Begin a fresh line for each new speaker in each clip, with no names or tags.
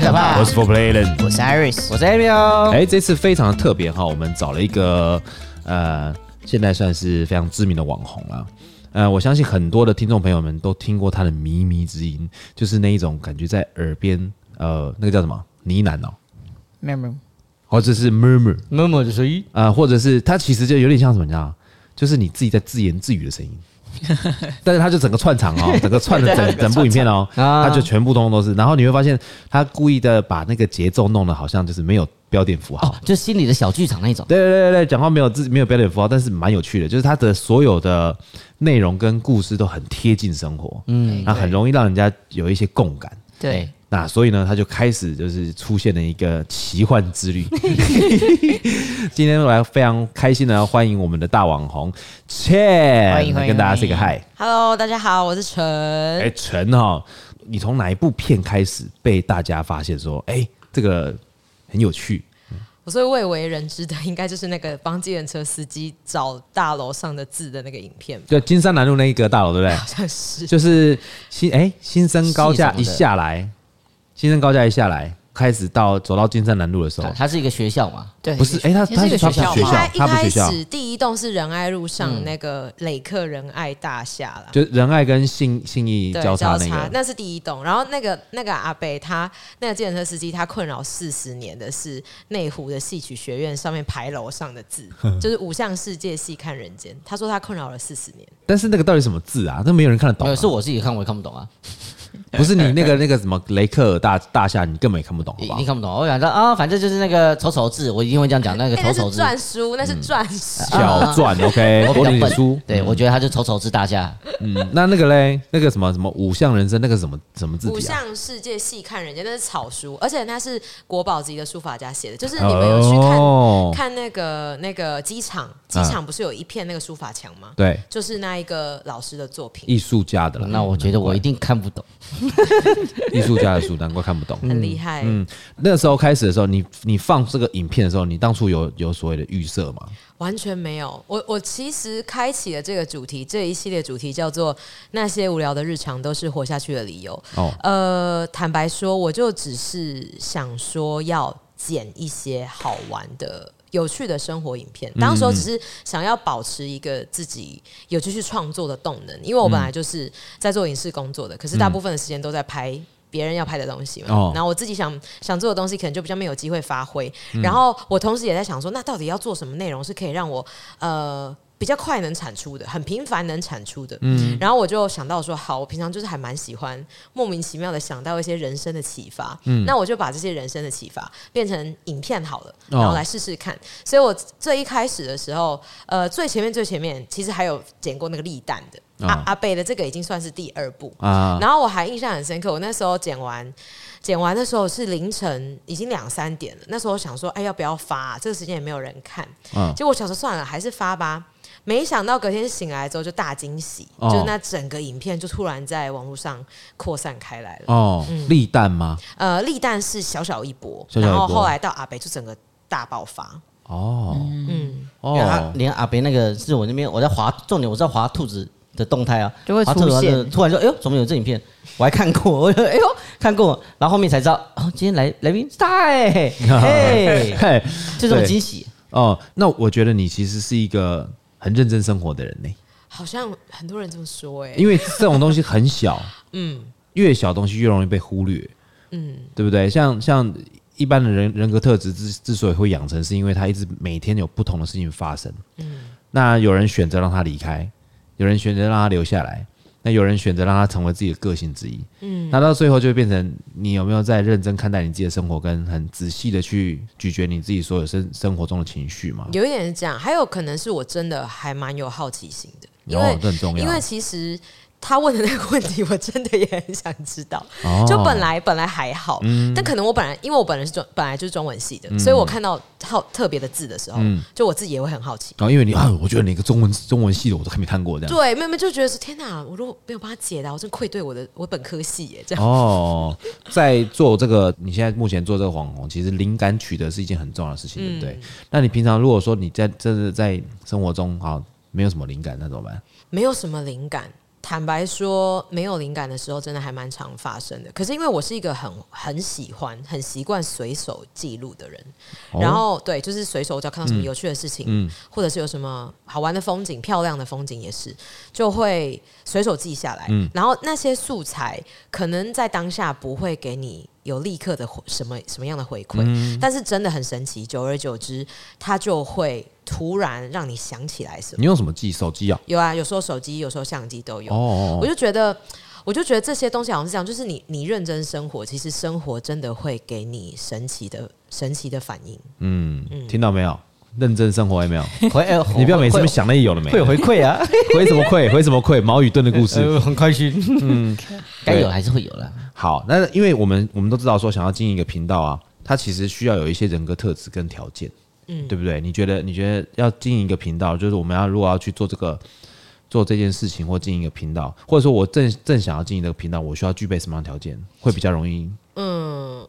for Playland。
我是 Iris，
我是 Emil，
哎，这次非常特别哈，我们找了一个呃，现在算是非常知名的网红了。呃，我相信很多的听众朋友们都听过他的靡靡之音，就是那一种感觉在耳边，呃，那个叫什么呢喃哦，
没有没有，
或者是 murmur
默默的说，咦，
啊、或者是它其实就有点像什么，你知道吗，就是你自己在自言自语的声音。但是他就整个串场哦，整个串了整整部影片哦，
啊
他就全部通通都是。然后你会发现，他故意的把那个节奏弄得好像就是没有标点符号
哦，，就心里的小剧场那一种，
对对对对，讲话没有字没有标点符号，但是蛮有趣的，就是它的所有的内容跟故事都很贴近生活，嗯，那很容易让人家有一些共感。
对，
那所以呢，他就开始就是出现了一个奇幻之 旅。今天我来非常开心的要欢迎我们的大网红 Chen，
欢迎欢迎
跟大家 say 个
欢
hi。
Hello，大家好，我是陈。
哎，陈哈，你从哪一部片开始被大家发现说，哎，这个很有趣？
我最未为人知的，应该就是那个帮计程车司机找大楼上的字的那个影片吧，
就金山南路那一个大楼，对不对？
啊
好像是。
就是新哎、新生高架
系什么的
一下来，新生高架一下来，开始到走到金山南路的时候
它，它是一个学校嘛，
对，
不是哎、他
是
他
一个
他
学校
不是
一
学
开
校，
一
他不是
开
学校，嗯
始第一栋是仁爱路上那个磊克仁爱大厦啦，
就仁爱跟信信义
对，
交叉那
叉
个，
那是第一栋。然后那个那个阿北他那个计程车司机，他困扰四十年的是内湖的戏曲学院上面牌楼上的字，就是五项世界细看人间。他说他困扰了四十年，
但是那个到底什么字啊？那没有人看得懂、
没
啊，
有是我自己看我也看不懂啊，
不是你那个那个什么雷克尔大大厦，你根本也看不懂，好
一
不好？
定看不懂。我想到啊，反正就是那个丑丑字，我一定会这样讲，那个
哎、
丑
那
丑
是
字。
篆书，那是
嗯
篆书。
小篆，OK，
啊我比
多读
较
点
笨
书。
对，我觉得他就丑丑字大家，
嗯，那那个嘞，那个什么什么五项人生，那个什么什么字
五
体啊？
项世界细看人间，那是草书，而且那是国宝级的书法家写的。就是你们有去看、
哦嗯
看那个那个机场，机场不是有一片那个书法墙吗？
对，
就是那一个老师的作品，
艺术家的啦。嗯
那我觉得我一定看不懂。
艺术家的书，难怪看不懂。
嗯
嗯
很厉害。
那时候开始的时候，你你放这个影片的时候，你当初有有所谓的预设吗？
完全没有。我我其实开启了这个主题，这一系列主题叫做“那些无聊的日常都是活下去的理由”。
哦
呃，坦白说，我就只是想说要剪一些好玩的。有趣的生活影片，当时候只是想要保持一个自己有继续创作的动能，因为我本来就是在做影视工作的，可是大部分的时间都在拍别人要拍的东西嘛。
哦
然后我自己想想做的东西，可能就比较没有机会发挥。然后我同时也在想说，那到底要做什么内容是可以让我呃。比较快能产出的，很频繁能产出的。嗯，然后我就想到说，好，我平常就是还蛮喜欢莫名其妙的想到一些人生的启发。嗯，那我就把这些人生的启发变成影片好了，
哦
然后来试试看。所以我最一开始的时候，呃，最前面最前面其实还有剪过那个立蛋的、
哦
啊阿阿贝的这个已经算是第二部。
啊，
然后我还印象很深刻，我那时候剪完，剪完的时候是凌晨已经两三点了。那时候想说，哎，要不要发啊、这个时间也没有人看。
嗯
结果我想说算了，还是发吧。没想到隔天醒来之后就大惊喜，
哦
就那整个影片就突然在网络上扩散开来了。
哦，立蛋吗？
呃，立蛋是小小一波，
小小一
然
波
后后来到阿北就整个大爆发。
哦，
嗯，
因为他
哦，
连阿北那个是我那边我在滑，重点我在滑兔子的动态啊，
就会
滑兔子
出现
然后就突然说，哎呦，怎么有这影片？我还看过， 我就哎呦看过，然后后面才知道，哦，今天来来宾是他 哎，嘿，
嘿，
就这种惊喜，
哦，那我觉得你其实是一个很认真生活的人呢，
好像很多人这么说、哎，
因为这种东西很小，
嗯，
越小东西越容易被忽略，嗯，对不对？像像一般的人人格特质之之所以会养成，是因为他一直每天有不同的事情发生，嗯，那有人选择让他离开，有人选择让他留下来，那有人选择让他成为自己的个性之一，嗯，那到最后就会变成你有没有在认真看待你自己的生活，跟很仔细的去咀嚼你自己所有生生活中的情绪嘛？
有一点是这样，还有可能是我真的还蛮有好奇心的，因
有
为，
哦这很重要，
因为其实他问的那个问题，我真的也很想知道。
哦
就本来本来还好，但可能我本来因为我本人是中本来就是中文系的，所以我看到好特别的字的时候，就我自己也会很好奇。
然后因为你啊，我觉得你一个中文中文系的我都还没看过这样。
对，妹妹就觉得说天哪，我如果没有帮他解答，我真愧对我的我本科系耶，这样。
哦，在做这个，你现在目前做这个网红，其实灵感取得是一件很重要的事情，对不
嗯
对？那你平常如果说你在真的在生活中啊没有什么灵感，那怎么办？
没有什么灵感。坦白说，没有灵感的时候，真的还蛮常发生的。可是因为我是一个很很喜欢、很习惯随手记录的人，
哦嗯
然后对，就是随手只要看到什么有趣的事情，或者是有什么好玩的风景、漂亮的风景，也是就会随手记下来。
嗯
然后那些素材可能在当下不会给你有立刻的回什么什么样的回馈，
嗯
但是真的很神奇，久而久之，它就会突然让你想起来什么。
你用什么记？手机啊？
有啊，有时候手机，有时候相机都有。
哦
我，就觉得，我就觉得这些东西好像是这样，就是你你认真生活，其实生活真的会给你神奇的神奇的反应。
嗯，听到没有？认真生活有 没有？
回，哎
你不要每次
会
都想那有了没？
会有回馈啊，
回什么馈？回什么馈？毛与盾的故事。
呃很开心，嗯，该有还是会有了，
好，那因为我们我们都知道说，想要经营一个频道啊，它其实需要有一些人格特质跟条件，嗯，对不对？你觉得你觉得要经营一个频道，就是我们要如果要去做这个做这件事情或经营一个频道，或者说我正正想要经营这个频道，我需要具备什么样的条件会比较容易？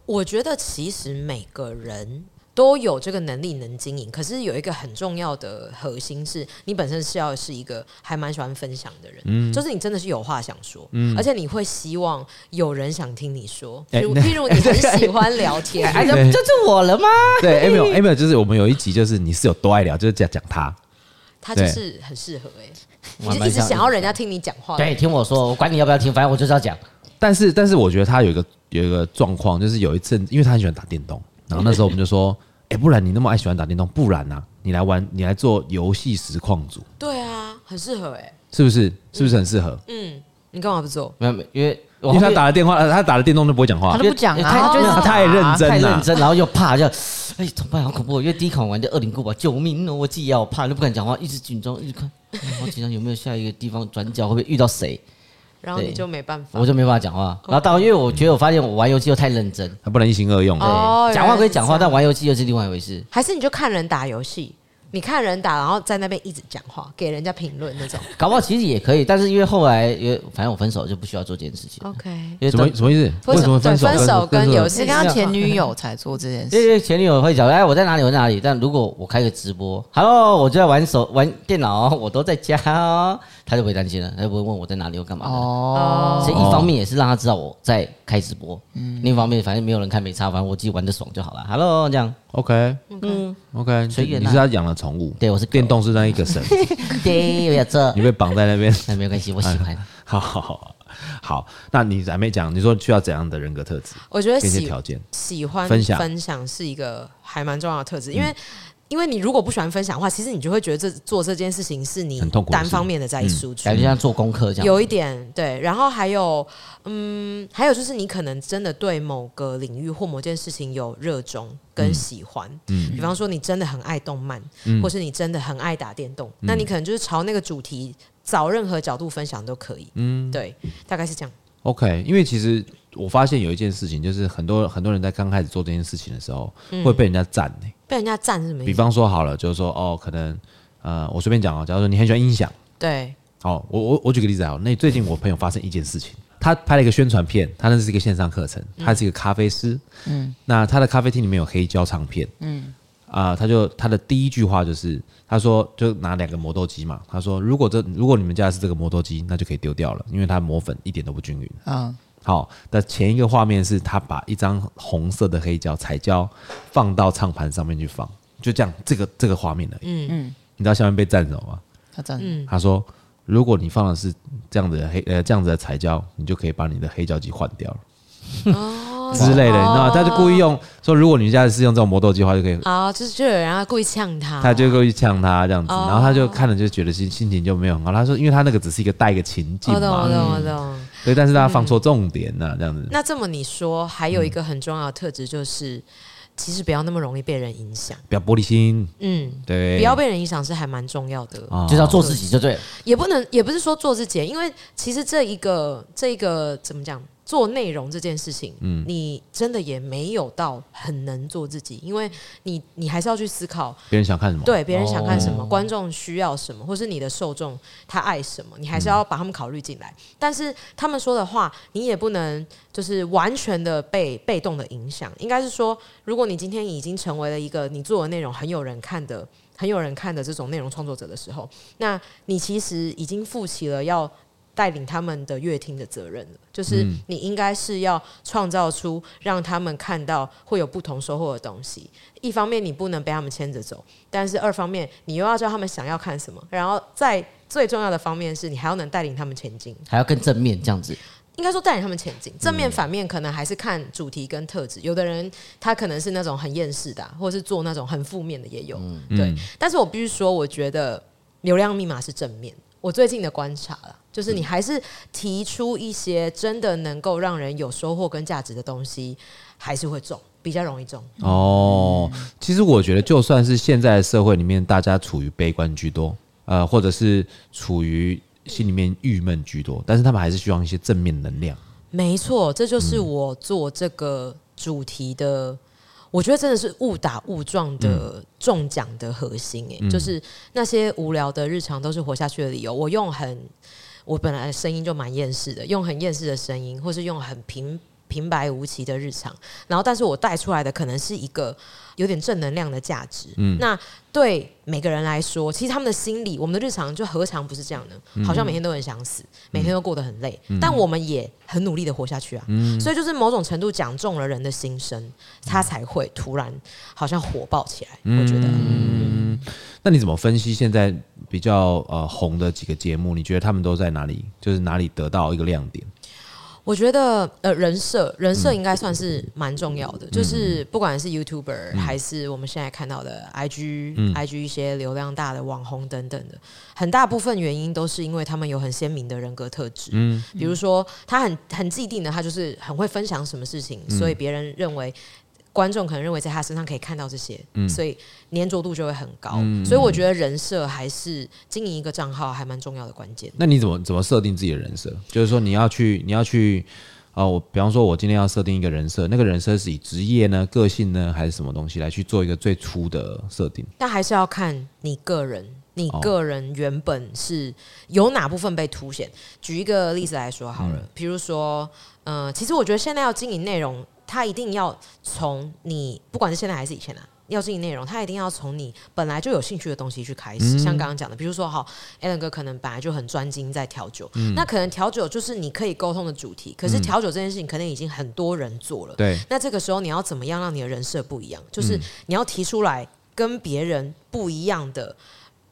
我觉得其实每个人都有这个能力能经营，可是有一个很重要的核心是，你本身是要是一个还蛮喜欢分享的人，
嗯
就是你真的是有话想说，而且你会希望有人想听你说，
哎
譬如
那
譬如你很喜欢聊天，
哎，这这是我了吗？
对，Emil Emil 就是我们有一集就是你是有多爱聊，就是讲讲他，
他就是很适合哎、
我还
你就
蛮
一直
像
想要人家听你讲话，
对，听我说，我管你要不要听，反正我就是要讲。
但是但是我觉得他有一个有一个状况，就是有一次，因为他很喜欢打电动，然后那时候我们就说， 哎、不然你那么爱喜欢打电动，不然啊，你来玩，你来做游戏实况组。
对啊，很适合哎、
是不是？是不是很适合？
嗯，你干嘛不做？
没有，没有因为我
因为他打了电话，呃他打了电动就不会讲话
他。都不讲啊，
太
他就
没
是
有
他
打
太认真
太
了
认真，然后又怕，就哎，怎么办？好恐怖！因为第一款玩就《恶灵古堡》，救命哦！我自己也好怕，就不敢讲话，一直紧张，一 直看，哎好紧张，有没有下一个地方转角，会不会遇到谁？
然后
对
你就没办法
我。就没办法讲话。然后到，因为我觉得我发现我玩游戏又太认真，
他不能一心二用。
哦
对，
原来是
讲话可以讲
这
话，
样
但玩游戏又是另外一回事。
还是你就看人打游戏，你看人打，然后在那边一直讲话，给人家评论那种。
搞不好其实也可以，但是因为后来，因为反正我分手就不需要做这件事情，
OK，
因为
什么
当
什么意思？为什么
对
分手？
分手跟游
是
戏
跟他前女友才做这件
因
事，
为前女友会讲，哎，我在哪里，我在哪里。但如果我开个直播，Hello，我就在玩手玩电脑哦，我都在家哦，他就不会担心了，他就不会问我在哪里，我干嘛的。
哦，
所以一方面也是让他知道我在开直播，
嗯
另一方面反正没有人看没差，反正我自己玩的爽就好了。Hello，这样
OK，OK，
随缘啊
你是他养了宠物，
对我是狗
电动是那一个神，
对，没有这，
你被绑在那边。
那没有关系，我喜欢。
好好好，好，那你还没讲，你说需要怎样的人格特质？
我觉得
跟一些
喜
条件
喜欢
分享嗯
分享是一个还蛮重要的特质，因为。因为你如果不喜欢分享的话，其实你就会觉得这做这件事情是你
很痛苦的
单
事嗯
方面的在输出，
感觉像做功课这样，
有一点对，然后还有，嗯，还有就是你可能真的对某个领域或某件事情有热衷跟喜欢，比方说你真的很爱动漫，或是你真的很爱打电动，那你可能就是朝那个主题找任何角度分享都可以，嗯，对，大概是这样，
OK，因为其实我发现有一件事情，就是很多很多人在刚开始做这件事情的时候，会被人家赞欸
被人家赞是什么
比
意思？
方说好了，就是说哦，可能呃，我随便讲哦，假如说你很喜欢音响。
对，
好，我我我举个例子啊，那最近我朋友发生一件事情，他拍了一个宣传片，他那是一个线上课程，他是一个咖啡师，嗯，那他的咖啡厅里面有黑胶唱片，嗯，啊、他就他的第一句话就是，他说就拿两个磨豆机嘛，他说如果这如果你们家是这个磨豆机，那就可以丢掉了，因为它磨粉一点都不均匀。
嗯，
好的，前一个画面是他把一张红色的黑胶彩胶放到唱盘上面去放，就这样，这个这个画面而已。嗯嗯，你知道下面被赞什么吗？
他这样，
他说，如果你放的是这样的黑呃这样子的彩胶，你就可以把你的黑胶机换掉了。之类的，你知道吗？他就故意用说，如果你家是用这种磨豆机的话，就可以，
啊，就是就有人要故意呛他，
他就故意呛他这样
哦
子，然后他就看了就觉得心心情就没有很好。他说，因为他那个只是一个带一个情境
我哦懂，嗯我
嘛，
懂，我懂。
对，但是他放错重点了，这样子。
那这么你说，还有一个很重要的特质就是，其实不要那么容易被人影响，
不要玻璃心，
嗯，
对，
不要被人影响是还蛮重要的，
啊
就是要做自己就对了。
也不能也不是说做自己，因为其实这一个这一个怎么讲，做内容这件事情，
嗯
你真的也没有到很能做自己，因为你你还是要去思考，
别人想看什么。哦
对别人想看什么，观众需要什么，或是你的受众他爱什么，你还是要
嗯
把他们考虑进来。但是他们说的话，你也不能就是完全的被被动的影响。应该是说，如果你今天已经成为了一个你做的内容很有人看的。很有人看的这种内容创作者的时候，那你其实已经负起了要带领他们的乐听的责任了，就是你应该是要创造出让他们看到会有不同收获的东西。一方面你不能被他们牵着走，但是二方面你又要知道他们想要看什么，然后在最重要的方面是你还要能带领他们前进。
还要更正面这样子。
应该说带领他们前进，正面反面可能还是看主题跟特质。有的人他可能是那种很厌世的啊、或是做那种很负面的也有。对，但是我必须说，我觉得流量密码是正面。我最近的观察了，就是你还是提出一些真的能够让人有收获跟价值的东西，还是会中，比较容易中。
哦，其实我觉得，就算是现在的社会里面，大家处于悲观居多，呃，或者是处于心里面郁闷居多，但是他们还是希望一些正面能量。
没错，这就是我做这个主题的，我觉得真的是误打误撞的中奖的核心、欸，就是那些无聊的日常都是活下去的理由。我用很，我本来声音就蛮厌世的，用很厌世的声音，或是用很平。平白无奇的日常，然后但是我带出来的可能是一个有点正能量的价值。那对每个人来说，其实他们的心理，我们的日常就何尝不是这样呢？好像每天都很想死，每天都过得很累，但我们也很努力的活下去啊。所以就是某种程度讲中了人的心声，他才会突然好像火爆起来。我觉得，
那你怎么分析现在比较呃红的几个节目？你觉得他们都在哪里？就是哪里得到一个亮点？
我觉得呃，人设人设应该算是蛮重要的，就是不管是 YouTuber、还是我们现在看到的 IG、IG 一些流量大的网红等等的，很大部分原因都是因为他们有很鲜明的人格特质。嗯，比如说他很很既定的，他就是很会分享什么事情，所以别人认为。观众可能认为在他身上可以看到这些，所以粘着度就会很高。所以我觉得人设还是经营一个账号还蛮重要的关键。
那你怎么怎么设定自己的人设？就是说你要去你要去啊、呃我比方说，我今天要设定一个人设，那个人设是以职业呢、个性呢，还是什么东西来去做一个最初的设定？
但还是要看你个人，你
哦
个人原本是有哪部分被凸显。举一个例子来说好了，比如说，嗯、其实我觉得现在要经营内容，它一定要从你不管是现在还是以前啊。要经营内容，它一定要从你本来就有兴趣的东西去开始。像刚刚讲的，比如说哈，Alan 哥可能本来就很专精在调酒，那可能调酒就是你可以沟通的主题，可是调酒这件事情可能已经很多人做了，
对，
那这个时候你要怎么样让你的人设不一样？就是你要提出来跟别人不一样的。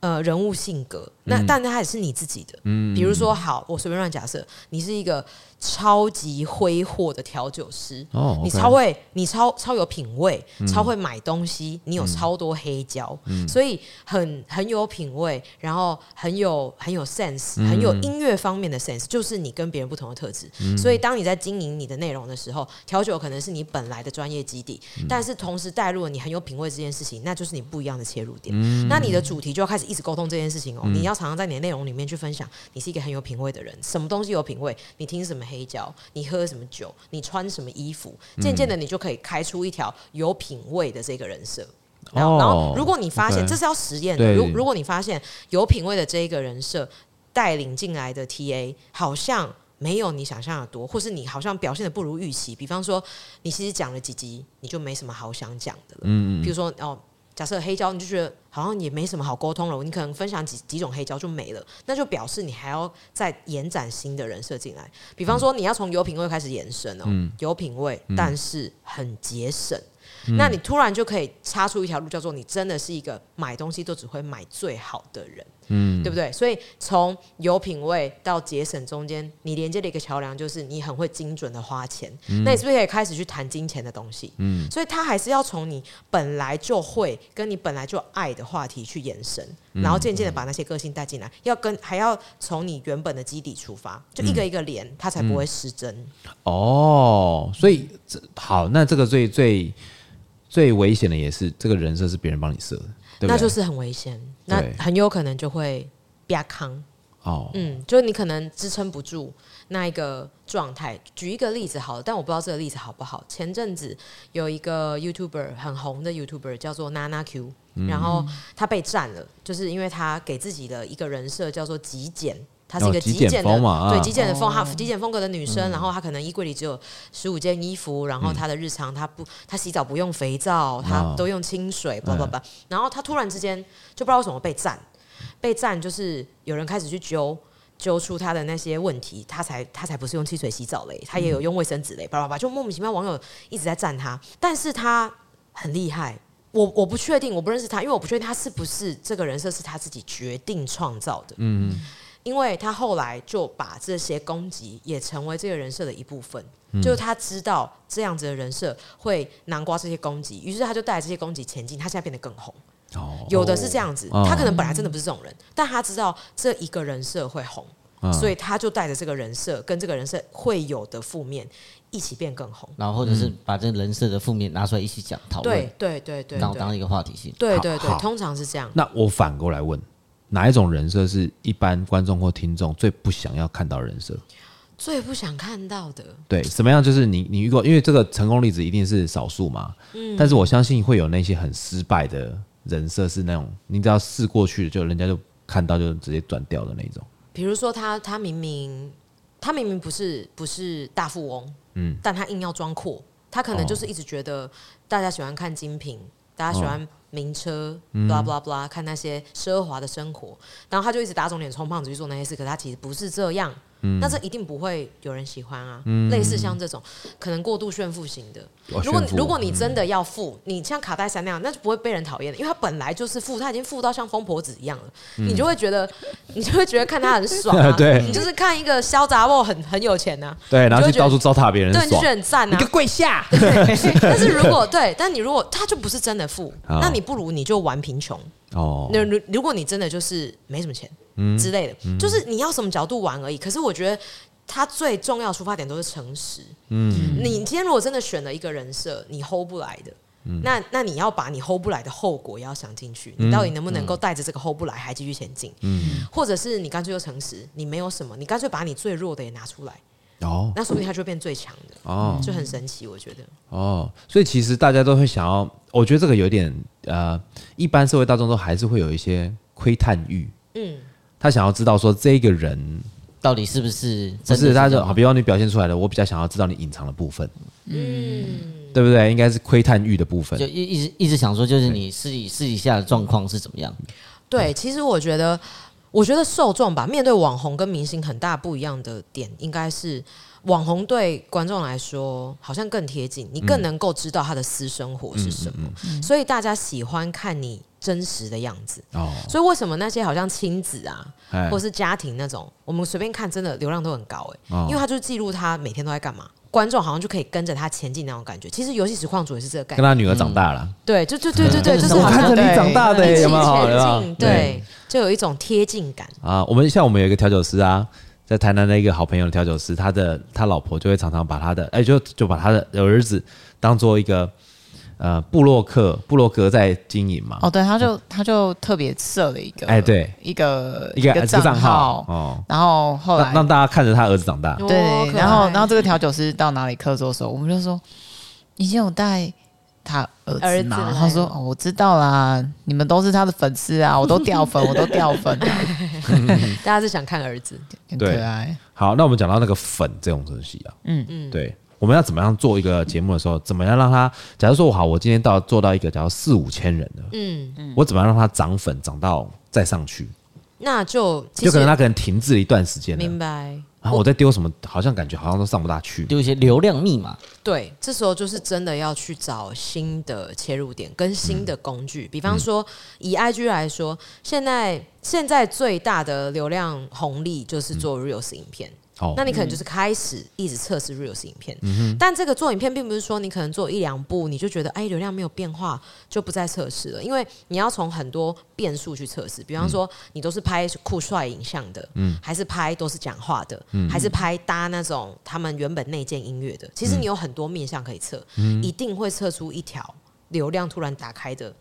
呃，人物性格，那、但它也是你自己的。比如说，好，我随便乱假设，你是一个超级挥霍的调酒师，
哦，
你
OK 嗯
超会，你超超有品味，超会买东西，你有超多黑胶，所以很很有品味，然后很有很有 sense，、很
嗯
有音乐方面的 sense，就是你跟别人不同的特质。
嗯
所以当你在经营你的内容的时候，调酒可能是你本来的专业基地，
嗯
但是同时带入了你很有品味这件事情，那就是你不一样的切入点。那你的主题就要开始一直沟通这件事情哦，你要常常在你的内容里面去分享，你是一个很有品味的人，什么东西有品味，你听什么黑胶，你喝什么酒，你穿什么衣服，渐渐的你就可以开出一条有品味的这个人设。然后，然后如果你发现
哦 OK
这是要实验的，
对
如如果你发现有品味的这一个人设带领进来的 TA 好像没有你想象的多，或是你好像表现的不如预期，比方说你其实讲了几集你就没什么好想讲的了，嗯比如说哦。假设黑胶，你就觉得好像也没什么好沟通了，你可能分享几几种黑胶就没了，那就表示你还要再延展新的人设进来。比方说，你要从有品味开始延伸哦，有品味，但是很节省。
嗯
那你突然就可以插出一条路，叫做你真的是一个买东西都只会买最好的人，嗯，对不对？所以从有品味到节省中间，你连接的一个桥梁就是你很会精准的花钱，
嗯
那你是不是可以开始去谈金钱的东西？嗯，所以它还是要从你本来就会跟你本来就爱的话题去延伸，
嗯
然后渐渐的把那些个性带进来，要跟还要从你原本的基底出发，就
嗯
一个一个连，它才不会失真。
哦，所以这好，那这个最最最危险的也是这个人设是别人帮你设的，对不对？
那就是很危险，那
对
很有可能就会啪康。
哦，
嗯，就是你可能支撑不住那一个状态。举一个例子好了，但我不知道这个例子好不好。前阵子有一个 YouTuber 很红的 YouTuber 叫做 Nana Q，、然
嗯
后他被占了，就是因为他给自己的一个人设叫做极简。她是一
哦
个
极
极
简
简的，
风嘛
对
啊嗯
极简的风，她
哦
极简风格的女生，然后她可能衣柜里只有十五件衣服，然后她的日常她不，她洗澡不用肥皂，她
哦
都用清水，叭叭叭，然后她突然之间就不知道为什么被占，被占就是有人开始去揪，揪出他的那些问题，他才他才不是用汽水洗澡嘞，他也有用卫生纸嘞，叭叭叭，就莫名其妙网友一直在赞他，但是他很厉害。我我不确定，我不认识他，因为我不确定他是不是这个人设是他自己决定创造的。嗯，因为他后来就把这些攻击也成为这个人设的一部分，
嗯
就是他知道这样子的人设会南瓜这些攻击，于是他就带着这些攻击前进，他现在变得更红。
哦，
有的是这样子，
哦
他可能本来真的不是这种人，但他知道这一个人设会红，
嗯
所以他就带着这个人设跟这个人设会有的负面一起变更红。
然后或者是把这个人设的负面拿出来一起讲讨论
对，对对对
然后当
对，
一个话题性。
对对
好好
对，通常是这样。
那我反过来问，哪一种人设是一般观众或听众最不想要看到的人设？
最不想看到的，
对，什么样就是你你遇过，因为这个成功例子一定是少数嘛，嗯，但是我相信会有那些很失败的人设是那种你只要试过去就人家就看到就直接转掉的那种，
比如说他他明明他明明不是不是大富翁，嗯，但他硬要装阔，他可能就是一直觉得大家喜欢看精品，大家喜欢名
哦
车、b
嗯
l a h blah blah，看那些奢华的生活，然后他就一直打肿脸充胖子去做那些事，可他其实不是这样。
嗯
那这一定不会有人喜欢啊！类似像这种可能过度炫富型的，
哦
如果
炫富
如果你真的要富，你像卡戴珊那样，那就不会被人讨厌的，因为他本来就是富，他已经富到像疯婆子一样了，你就会觉得， 你就会觉得看他很爽 啊，
对
你就是看一个潇洒货很很有钱呐、
对，然后
就会
去到处糟蹋别人
啊，对，你就
爽
觉得，很赞啊，
跪下，
但是如果对，但你如果他就不是真的富，
好
那你不如你就玩贫穷，
哦，
那如如果你真的就是没什么钱，之类的，就是你要什么角度玩而已。可是我觉得他最重要的出发点都是诚实。嗯，你今天如果真的选了一个人设，你 hold 不来的。那那你要把你 hold 不来的后果也要想进去，你到底能不能够带着这个 hold 不来还继续前进？嗯，或者是你干脆就诚实，你没有什么，你干脆把你最弱的也拿出来，
哦
那说不定他就会变最强的，
哦
就很神奇。我觉得
哦，所以其实大家都会想要，我觉得这个有点呃，一般社会大众都还是会有一些窥探欲，嗯，他想要知道说这个人
到底是不是真
不
的
是，他
这
就
样
好，比方你表现出来的，我比较想要知道你隐藏的部分，嗯，对不对？应该是窥探欲的部分
就，一一直一直想说，就是你私底私底下的状况是怎么样？
对，其实我觉得，我觉得受众吧，面对网红跟明星很大不一样的点，应该是网红对观众来说好像更贴
嗯
近，你更能够知道他的私生活是什么，所以大家喜欢看你真实的样子。
哦，
所以为什么那些好像亲子啊，
哎
或是家庭那种，我们随便看，真的流量都很高哎、
哦
因为他就是记录他每天都在干嘛，观众好像就可以跟着他前进那种感觉。其实游戏实况组也是这个概
跟
念，
他女儿长大了，
对，就就对 对对，
嗯
就是
我
好
看
像
着你长大的
一
欸，
起
有没有？有没
前
有
进，对，就有一种贴近感。
啊，我们像我们有一个调酒师啊，在台南的一个好朋友的调酒师，他的他老婆就会常常把他的哎、就就把他的儿子当做一个呃布洛克布洛格在经营嘛，
哦，对，他就他就特别设了一个，
哎、，对，
一个
一个啊一个
账
账号哦，
然后后来
让让大家看着他儿子长大，
对，然后然后这
个
个调酒师到哪里客座的时候，我们就说已经有带他儿
儿
子
子
嘛，
来
他说
了
哦，我知道啦，你们都是他的粉丝啊，我都掉粉，我都掉粉啊，
大家是想看儿子，
很
对
可爱。
好，那我们讲到那个粉这种东西啊，嗯嗯，对，我们要怎么样做一个节目的时候，怎么样让它？假如说我好，我今天到做到一个，假如四五千人了，
嗯，
我怎么样让它涨粉，涨到再上去？
那就其
就可能
实
它可能停滞了一段时间
明
了，
白。
然后我再丢什么，好像感觉好像都上不大去。
丢一些流量密码，
对，这时候就是真的要去找新的切入点跟新的工
嗯
具，比方说以 IG 来说，现在现在最大的流量红利就是
嗯
做 Reels 影片。
哦，
那你可能就是开始一直测试 reels 影片，但这个做影片并不是说你可能做一两部你就觉得哎流量没有变化就不再测试了，因为你要从很多变数去测试，比方说你都是拍酷帅影像的，还是拍都是讲话的，还是拍搭那种他们原本内建音乐的，其实你有很多面向可以测，一定会测出一条流量突然打开的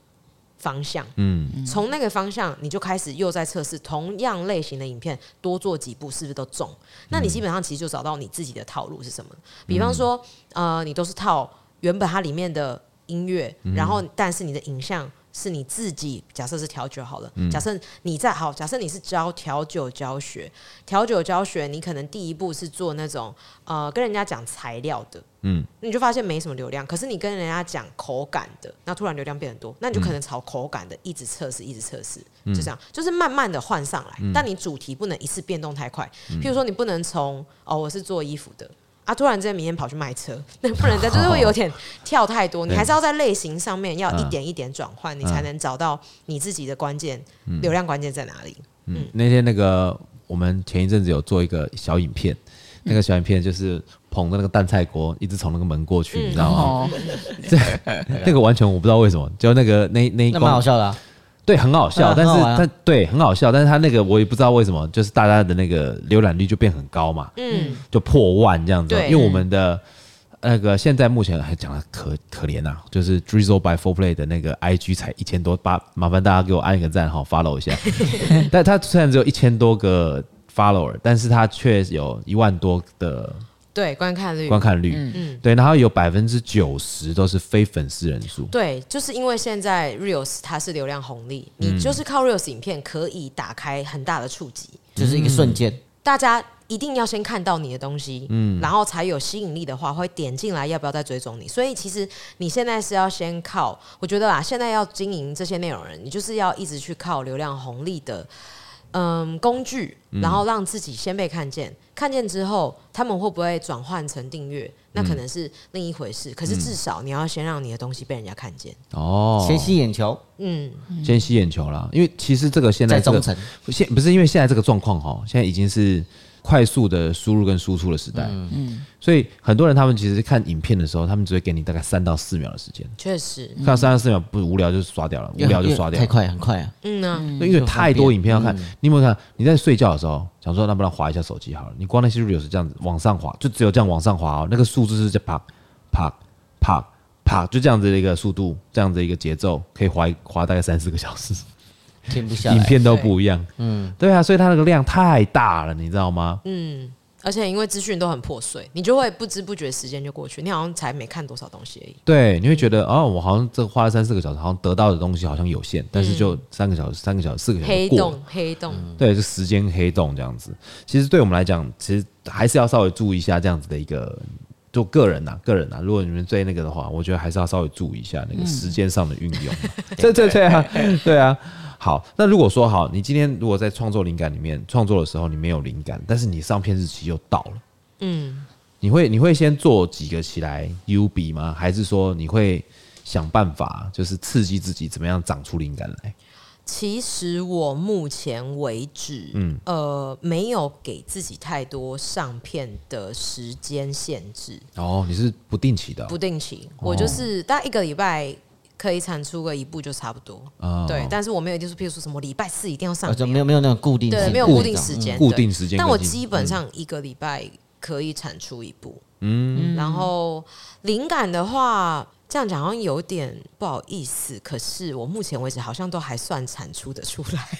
方向。
嗯，
从那个方向，你就开始又在测试同样类型的影片，多做几部是不是都中？那你基本上其实就找到你自己的套路是什么。比方说，呃，你都是套原本它里面的音乐，然后但是你的影像是你自己，假设是调酒好了，假设你在好，假设你是教调酒教学，调酒教学你可能第一步是做那种呃跟人家讲材料的，
嗯
嗯，你就发现没什么流量，可是你跟人家讲口感的，那突然流量变很多，那你就可能朝口感的一直测试，一直测试，就这样，就是慢慢的换上来，但你主题不能一次变动太快，譬如说你不能从哦我是做衣服的。啊！突然之间，明天跑去卖车， 那不能再就是会有点跳太多，你还是要在类型上面要一点一点转换，你才能找到你自己的关键、流量关键在哪里。
嗯，那天那个我们前一阵子有做一个小影片，那个小影片就是捧着那个蛋菜锅一直从那个门过去，
嗯
你知道吗？
哦，
那个完全我不知道为什么，就那个那那一
那蛮好
光，嗯
笑的、啊。
对，很好笑，
对啊
但是
很好玩啊
但对很好笑，但是他那个我也不知道为什么，就是大家的那个浏览率就变很高嘛，
嗯，
就破万这样子，
对
因为我们的。呃那个现在目前还讲的可可怜呐、啊，就是 Drizzle by Four Play 的那个 IG 才一千多，八麻烦大家给我按一个赞哈，follow 一 下。但他虽然只有一千多个 follower，但是他却有一万多的
对，观看率
观看率，
嗯
嗯
对，然后有百分之九十都是非粉丝人数，
对，就是因为现在 Reels 它是流量红利，你就是靠 Reels 影片可以打开很大的触及，
就是一个瞬间，
大家一定要先看到你的东西，嗯，然后才有吸引力的话，会点进来要不要再追踪你。所以其实你现在是要先靠，我觉得啦，现在要经营这些内容人，你就是要一直去靠流量红利的。嗯，工具，然后让自己先被看见，看见之后，他们会不会转换成订阅，那可能是另一回事。可是至少你要先让你的东西被人家看见。
哦，
先吸眼球，
嗯，
先吸眼球啦，因为其实这个现在
再
这
忠
个
诚。
现不是因为现在这个状况哈，现在已经是快速的输入跟输出的时代，嗯，所以很多人他们其实看影片的时候，他们只会给你大概三到四秒的时间，
确实，
看到三到四秒不无聊就刷掉了，无
因为
聊就刷
因
掉
为嗯太
了。
快，很快啊！
嗯呢、
因为太多影片要看，你有没有看？你在睡觉的时候想说，那不然滑一下手机好了。你光那些 reels 是这样子往上滑，就只有这样往上滑哦，那个数字是在啪啪啪啪，就这样子的一个速度，这样子的一个节奏，可以滑一滑大概三四个小时。
停不下来。
影片都不一样。嗯，对啊，所以它那个量太大了，你知道吗？
而且因为资讯都很破碎，你就会不知不觉时间就过去，你好像才没看多少东西而已。
对，你会觉得哦，我好像这花了三四个小时，好像得到的东西好像有限，但是就三个小时、三个小时、四个小时嗯
黑
过了，嗯
洞，黑洞，
对，就时间黑洞这样子。其实对我们来讲，其实还是要稍微注意一下这样子的一个。就个人呐、啊个人呐、如果你们追那个的话，我觉得还是要稍微注意一下那
嗯
个时间上的运 用。对对对啊， 对啊。好，那如果说好，你今天如果在创作灵感里面创作的时候你没有灵感，但是你上片日期又到了。
嗯，
你会你会先做几个起来 U B 吗？还是说你会想办法，就是刺激自己怎么样长出灵感来？
其实我目前为止，
嗯
呃，没有给自己太多上片的时间限制，
哦，你是不定期的哦、
不定期，我就是大概一个礼拜可以产出个一部就差不多。
哦
对，但是我没有一定说，譬如说什么礼拜四一定要上
啊，就
片，
没有没有那种固定
对，
性
没有
固定
固
嗯
定时间，
固
对
定时间嗯
但
跟
我
进
基本上一个礼拜可以产出一部，嗯，然后灵感的话，这样讲好像有点不好意思，可是我目前为止好像都还算产出的出来，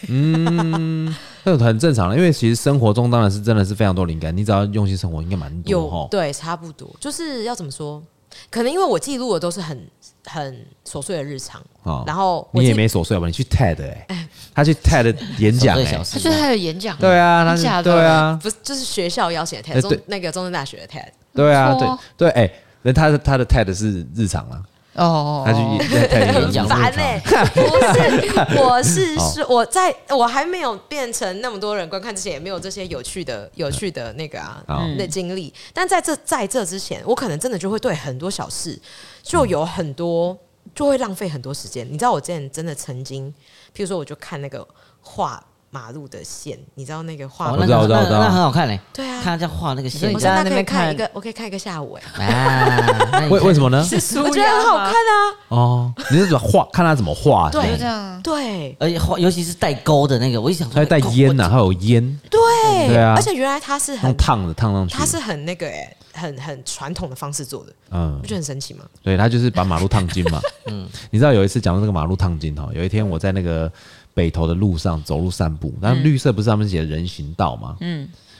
那很正常了，因为其实生活中当然是真的是非常多灵感，你只要用心生活，应该蛮多
有
哈。
对，差不多，就是要怎么说？可能因为我记录的都是很很琐碎的日常，
哦
然后我
你也
记
没琐碎吧？你去 TED 哎、他去 TED 演讲哎、
小
他
时
觉得他有演讲，
对 啊，他是
假的
对啊，
不是就是学校邀请的
哎
TED，中、
对
那个中正大学的 TED，
对啊，
不
对
错哦
对哎，那、他的他的 TED 是日常啊，
哦哦，
他去
哦
TED 演
演
讲
讲
很烦哎、不是，我是
好
说我在我还没有变成那么多人观看之前，也没有这些有趣的、有趣的那个啊
好
的经历。但在这在这之前，我可能真的就会对很多小事就有很多就会浪费很多时间。你知道，我之前真的曾经，譬如说，我就看那个画马路的线，你知道那个画
哦
我
马
知
那
道
路。
个
我知道我知道
那那很好看嘞，
对啊
看他在画那个线
你
我
在
真
那
的可以
边
看一
看
个，我可以看一个下午 哎、
啊，那你
为
看
为什么 呢？
我觉得很好看啊。
哦，你是怎么画？看他怎么画是不是，
就这样，啊
对
而且画尤其是带钩的那个，我一想
它
说
会带烟啊呐、，它有烟，
对
对啊
而且原来它是很
用烫的烫上去。
它是很那个哎、很很传统的方式做的，
嗯
不，觉得很神奇吗？
对，它就是把马路烫金嘛。 嗯，你知道有一次讲到这个马路烫金哈，有一天我在那个北投的路上走路散步，然后绿色不是上面写的人行道嘛，嗯，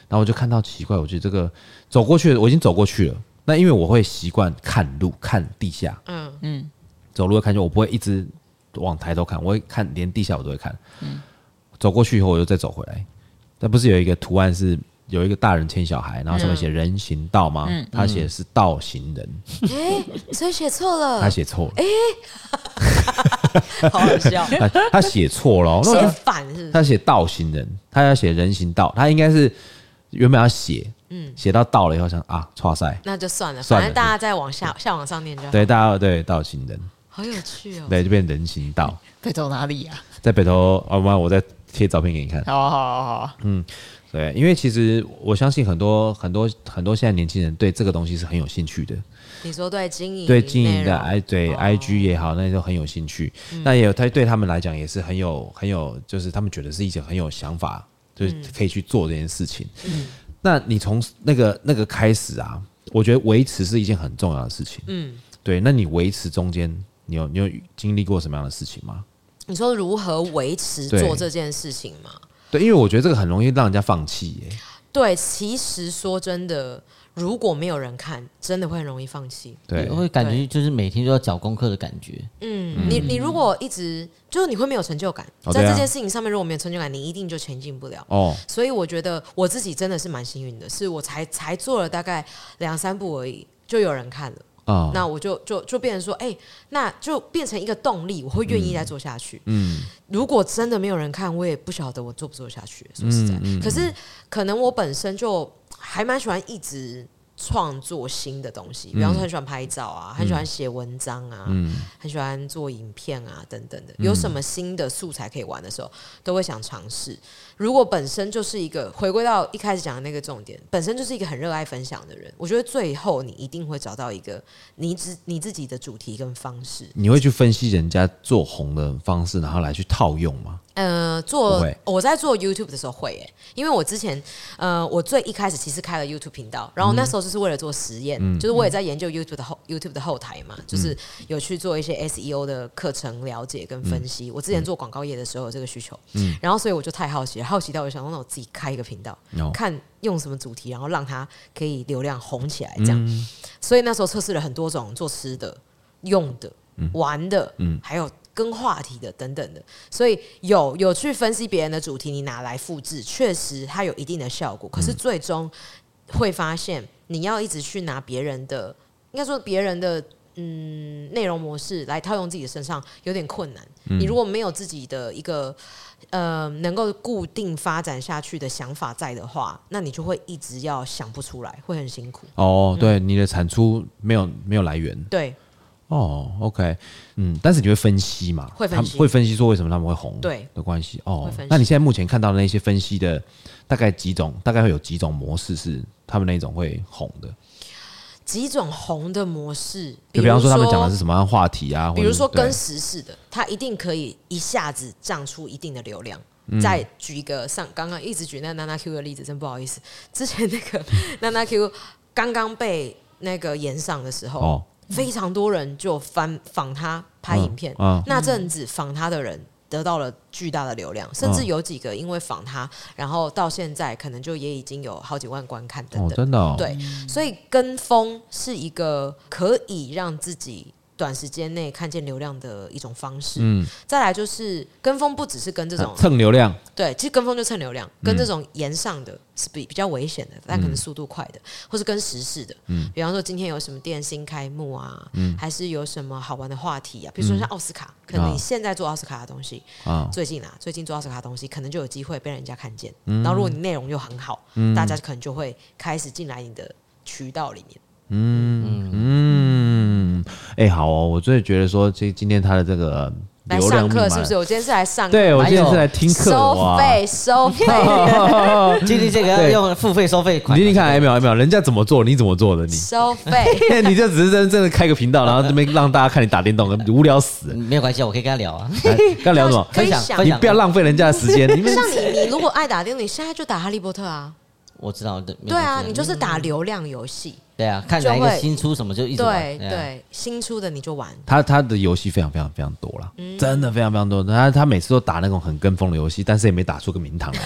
然后我就看到奇怪，我觉得这个走过去，我已经走过去了。那因为我会习惯看路、看地下，
嗯
走路会看见，我不会一直往抬头看，我会看连地下我都会看。走过去以后，我就再走回来。那不是有一个图案是有一个大人牵小孩，然后上面写人行道吗？他写的是道行人，
哎所以写错
他
了，
写错了，
好好笑，
哎他写错 了哦。那我
写
就
反是不是？
他写道行人，他要写人行道，他应该是原本要写，写到道了以后想啊，错赛，
那就算了，
算
反
了
正大家再往下下往上念就好。
对，大家对道行人，
好有趣哦。
对，就变人行道。
北投哪里呀、
在北投，啊，不然我再贴照片给你看。
好啊好啊好啊，
对，因为其实我相信很多很多很多现在年轻人对这个东西是很有兴趣的，
你说对经营
对经营
内
的
容哦嗯
i 对 i g 也好，那些都很有兴趣。那也有他对他们来讲也是很有很有，就是他们觉得是一件很有想法，就是
嗯
可以去做这件事情。那你从那个那个开始啊，我觉得维持是一件很重要的事情。嗯，对，那你维持中间，你有你有经历过什么样的事情吗？
你说如何维持
对
做这件事情吗？
对，因为我觉得这个很容易让人家放弃耶、
对，其实说真的，如果没有人看，真的会很容易放弃。
对，
会感觉就是每天都要缴功课的感觉。
嗯，你你如果一直就是你会没有成就感，
哦
在
对啊
这件事情上面如果没有成就感，你一定就前进不了。
哦，
所以我觉得我自己真的是蛮幸运的，是我才才做了大概两三步而已，就有人看了，
啊、
那我就就就变成说，哎、那就变成一个动力，我会愿意再做下去。
嗯，
如果真的没有人看，我也不晓得我做不做下去。说实在，可是可能我本身就还蛮喜欢一直创作新的东西，比方说很喜欢拍照啊，很喜欢写文章啊，很喜欢做影片啊等等的。有什么新的素材可以玩的时候，都会想尝试。如果本身就是一个回归到一开始讲的那个重点，本身就是一个很热爱分享的人，我觉得最后你一定会找到一个你自你自己的主题跟方式。
你会去分析人家做红的方式，然后来去套用吗？
呃，
不
做
会
我在做 YouTube 的时候会诶、因为我之前呃，我最一开始其实开了 YouTube 频道，然后
嗯
那时候就是为了做实验，就是我也在研究 YouTube 的后 YouTube 的后台嘛，
嗯
就是有去做一些 SEO 的课程了解跟
嗯
分析。我之前做广告业的时候有这个需求，然后所以我就太好奇了，好奇到我想说，那我自己开一个频道，
哦
看用什么主题，然后让它可以流量红起来这样。所以那时候测试了很多种做吃的、用的、玩的，还有跟话题的等等的。所以有有去分析别人的主题，你拿来复制，确实它有一定的效果。可是最终会发现，你要一直去拿别人的，应该说别人的。嗯，内容模式来套用自己的身上有点困难。你如果没有自己的一个呃能够固定发展下去的想法在的话，那你就会一直要想不出来，会很辛苦。
哦，对，你的产出没有没有来源
对
哦，OK，嗯，但是你会分析嘛？
会分
他们
析
会分析说为什么他们会红，
对
的关系哦
会分析。
那你现在目前看到的那些分析的大概几种，大概会有几种模式是他们那种会红的？
几种红的模式，
就比方说他们讲的是什么样的话题啊？
比如说
或者
跟
是
时事的，它一定可以一下子涨出一定的流量。
嗯
再举一个上刚刚一直举那娜娜 Q 的例子，真不好意思，之前那 个娜娜 Q 刚刚被那个延上的时候，
对哦，
非常多人就翻仿他拍影片，
嗯嗯
那阵子仿他的人。得到了巨大的流量，甚至有几个因为仿他，然后到现在可能就也已经有好几万观看等
哦，
等。
真的哦，
对，所以跟风是一个可以让自己短时间内看见流量的一种方式。
嗯，啊
再来就是跟风，不只是跟这种
蹭流量，
对，其实跟风就蹭流量，跟
嗯
这种沿上的是比比较危险的，但可能速度快的，或是跟时事的，
嗯
比方说今天有什么店新开幕啊，还是有什么好玩的话题啊，比如
嗯
说像奥斯卡，可能你现在做奥斯卡的东西，
啊
最近啊，最近做奥斯卡的东西，可能就有机会被人家看见，
嗯
然后如果你内容又很好，大家可能就会开始进来你的渠道里面。
嗯，哎、好哦，我真的觉得说，这今天他的这个
来
流量
上
密
课
码
是不是？？我今天是来上
对，我
还
今
有
天是来听课的
哎收
哇！
费收费，
今天这个 要
对
用付费收费
你
款，
听听看，哎，秒哎秒，人家怎么做，你怎么做的？
收费。
你你就只是真真的开个频道，然后这边让大家看你打 电动，无聊死了。
没有关系，我可以跟他聊啊。
哎刚聊什么？
可
分
以
享
想
分
你
享，
不要浪费人家的时 间。你们
像你，你如果爱打电动，你现在就打哈利波特啊。
我知道的。没有
对啊，
问题
你就是打流量游戏，
对啊，看哪一个
就会
新出什么就一直玩
对
啊
对，新出的你就玩，
他他的游戏非常非常非常多啦，
嗯
真的非常非常多。他他每次都打那种很跟风的游戏，但是也没打出个名堂 来。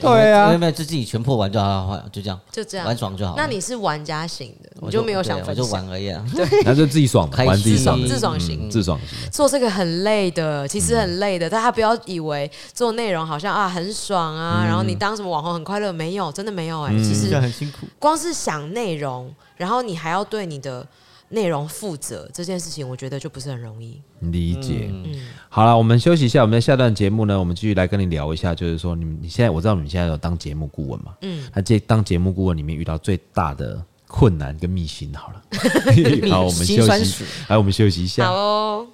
对
没有
啊，
没有，就自己全破完就好了，就这样，
就这样
玩爽就好了。
啊那你是玩家型的，
我
你就没有想
对
分
我就
享
玩而已啊。
那就自己爽的，
开
玩自己
心
爽的，
自爽型
嗯自爽型。
做这个很累的，其实很
嗯
累的，大家不要以为做内容好像啊很爽啊，
嗯
然后你当什么网红很快乐，没有，真的没有哎、其实
很辛苦，
光是想内容，然后你还要对你的内容负责这件事情，我觉得就不是很容易。
理解。
嗯
好了，我们休息一下。我们在下段节目呢，我们继续来跟你聊一下，就是说你们你现在我知道你们现在有当节目顾问嘛？嗯，那这当节目顾问里面遇到最大的困难跟秘辛， 好了，好，我们
辛
休
酸
息
史，
来，我们休息一下
好。哦，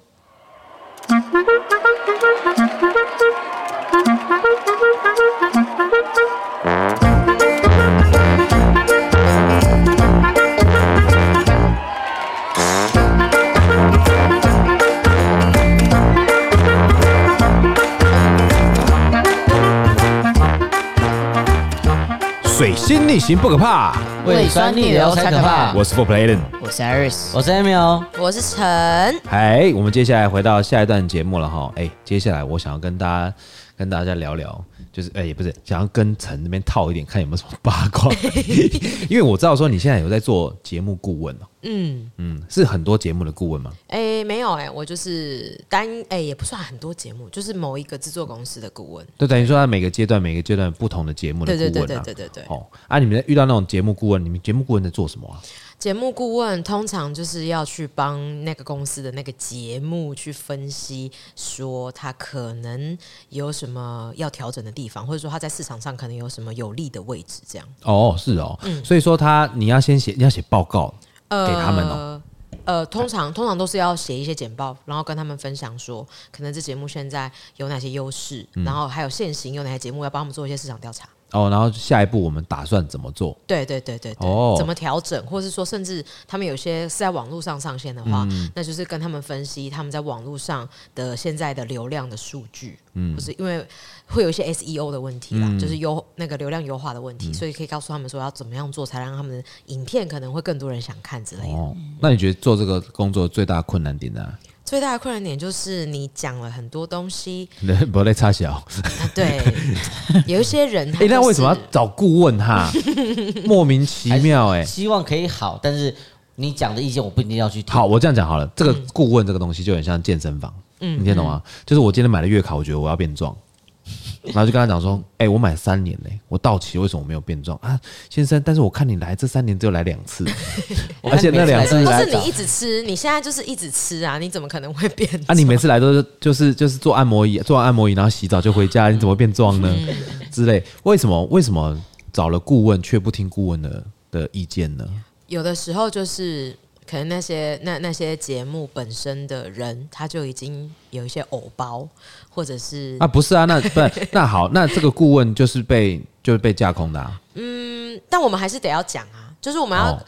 水星逆行不可怕，
胃酸逆流才可怕。
我是 For Playen。
我是 Iris，
我 是 Emil，哦
我是陈，
嗨，我们接下来回到下一段节目了哈。哎、接下来我想要跟大家跟大家聊聊，就是哎、也不是想要跟陈那边套一点，看有没有什么八卦， 因为我知道说你现在有在做节目顾问哦，
嗯，
嗯，是很多节目的顾问吗？
哎、没有哎、我就是单哎、也不算很多节目，就是某一个制作公司的顾问。
就等于说他每个阶段每个阶段不同的节目的
对
顾问
对
啊。
对对对对对，
哦，啊，你们遇到那种节目顾问，你们节目顾问在做什么啊？
节目顾问通常就是要去帮那个公司的那个节目去分析，说他可能有什么要调整的地方，或者说他在市场上可能有什么有利的位置，这样。
哦，是哦，
嗯
所以说他你要先写，你要写报告
呃
给他们哦。
呃，通常通常都是要写一些简报，然后跟他们分享说，可能这节目现在有哪些优势，
嗯
然后还有现行有哪些节目要帮他们做一些市场调查。
哦，然后下一步我们打算怎么做？
对对对对对，
哦
怎么调整，或是说，甚至他们有些是在网络上上线的话，
嗯
那就是跟他们分析他们在网络上的现在的流量的数据，嗯，就是因为会有一些 SEO 的问题
嗯
啦，就是优那个流量优化的问题，所以可以告诉他们说要怎么样做，才让他们的影片可能会更多人想看之类的。
哦，那你觉得做这个工作最大的困难点呢、
最大的困难点就是你讲了很多东西，
人不在差 小。
啊、 对，有一些人他、
哎、
就是，
那为什么要找顾问哈？ 莫名其妙哎、
希望可以好，但是你讲的意见我不一定要去听。
好，，我这样讲好了，这个
嗯
顾问这个东西就很像健身房，你听懂吗？就是我今天买了月卡，我觉得我要变 壮，然后就跟他讲说，哎、我买三年嘞、我到期为什么我没有变壮啊，先生？但是我看你来这三年只有来两 次，而且那两次
我
都
看
是
每次来
你一直吃，你现在就是一直吃啊，你怎么可能会变重？
啊，你每次来都是就是就是做按摩椅，做完按摩椅然后洗澡就回
嗯
家，你怎么变壮呢？之类，为什么为什么找了顾问却不听顾问的的意见呢？
有的时候就是可能那些那那些节目本身的人，他就已经有一些偶包，或者是、
啊，不是啊，那不是那好，那这个顾问就是被就是被架空的、啊，
嗯但我们还是得要讲啊，就是我们要
哦。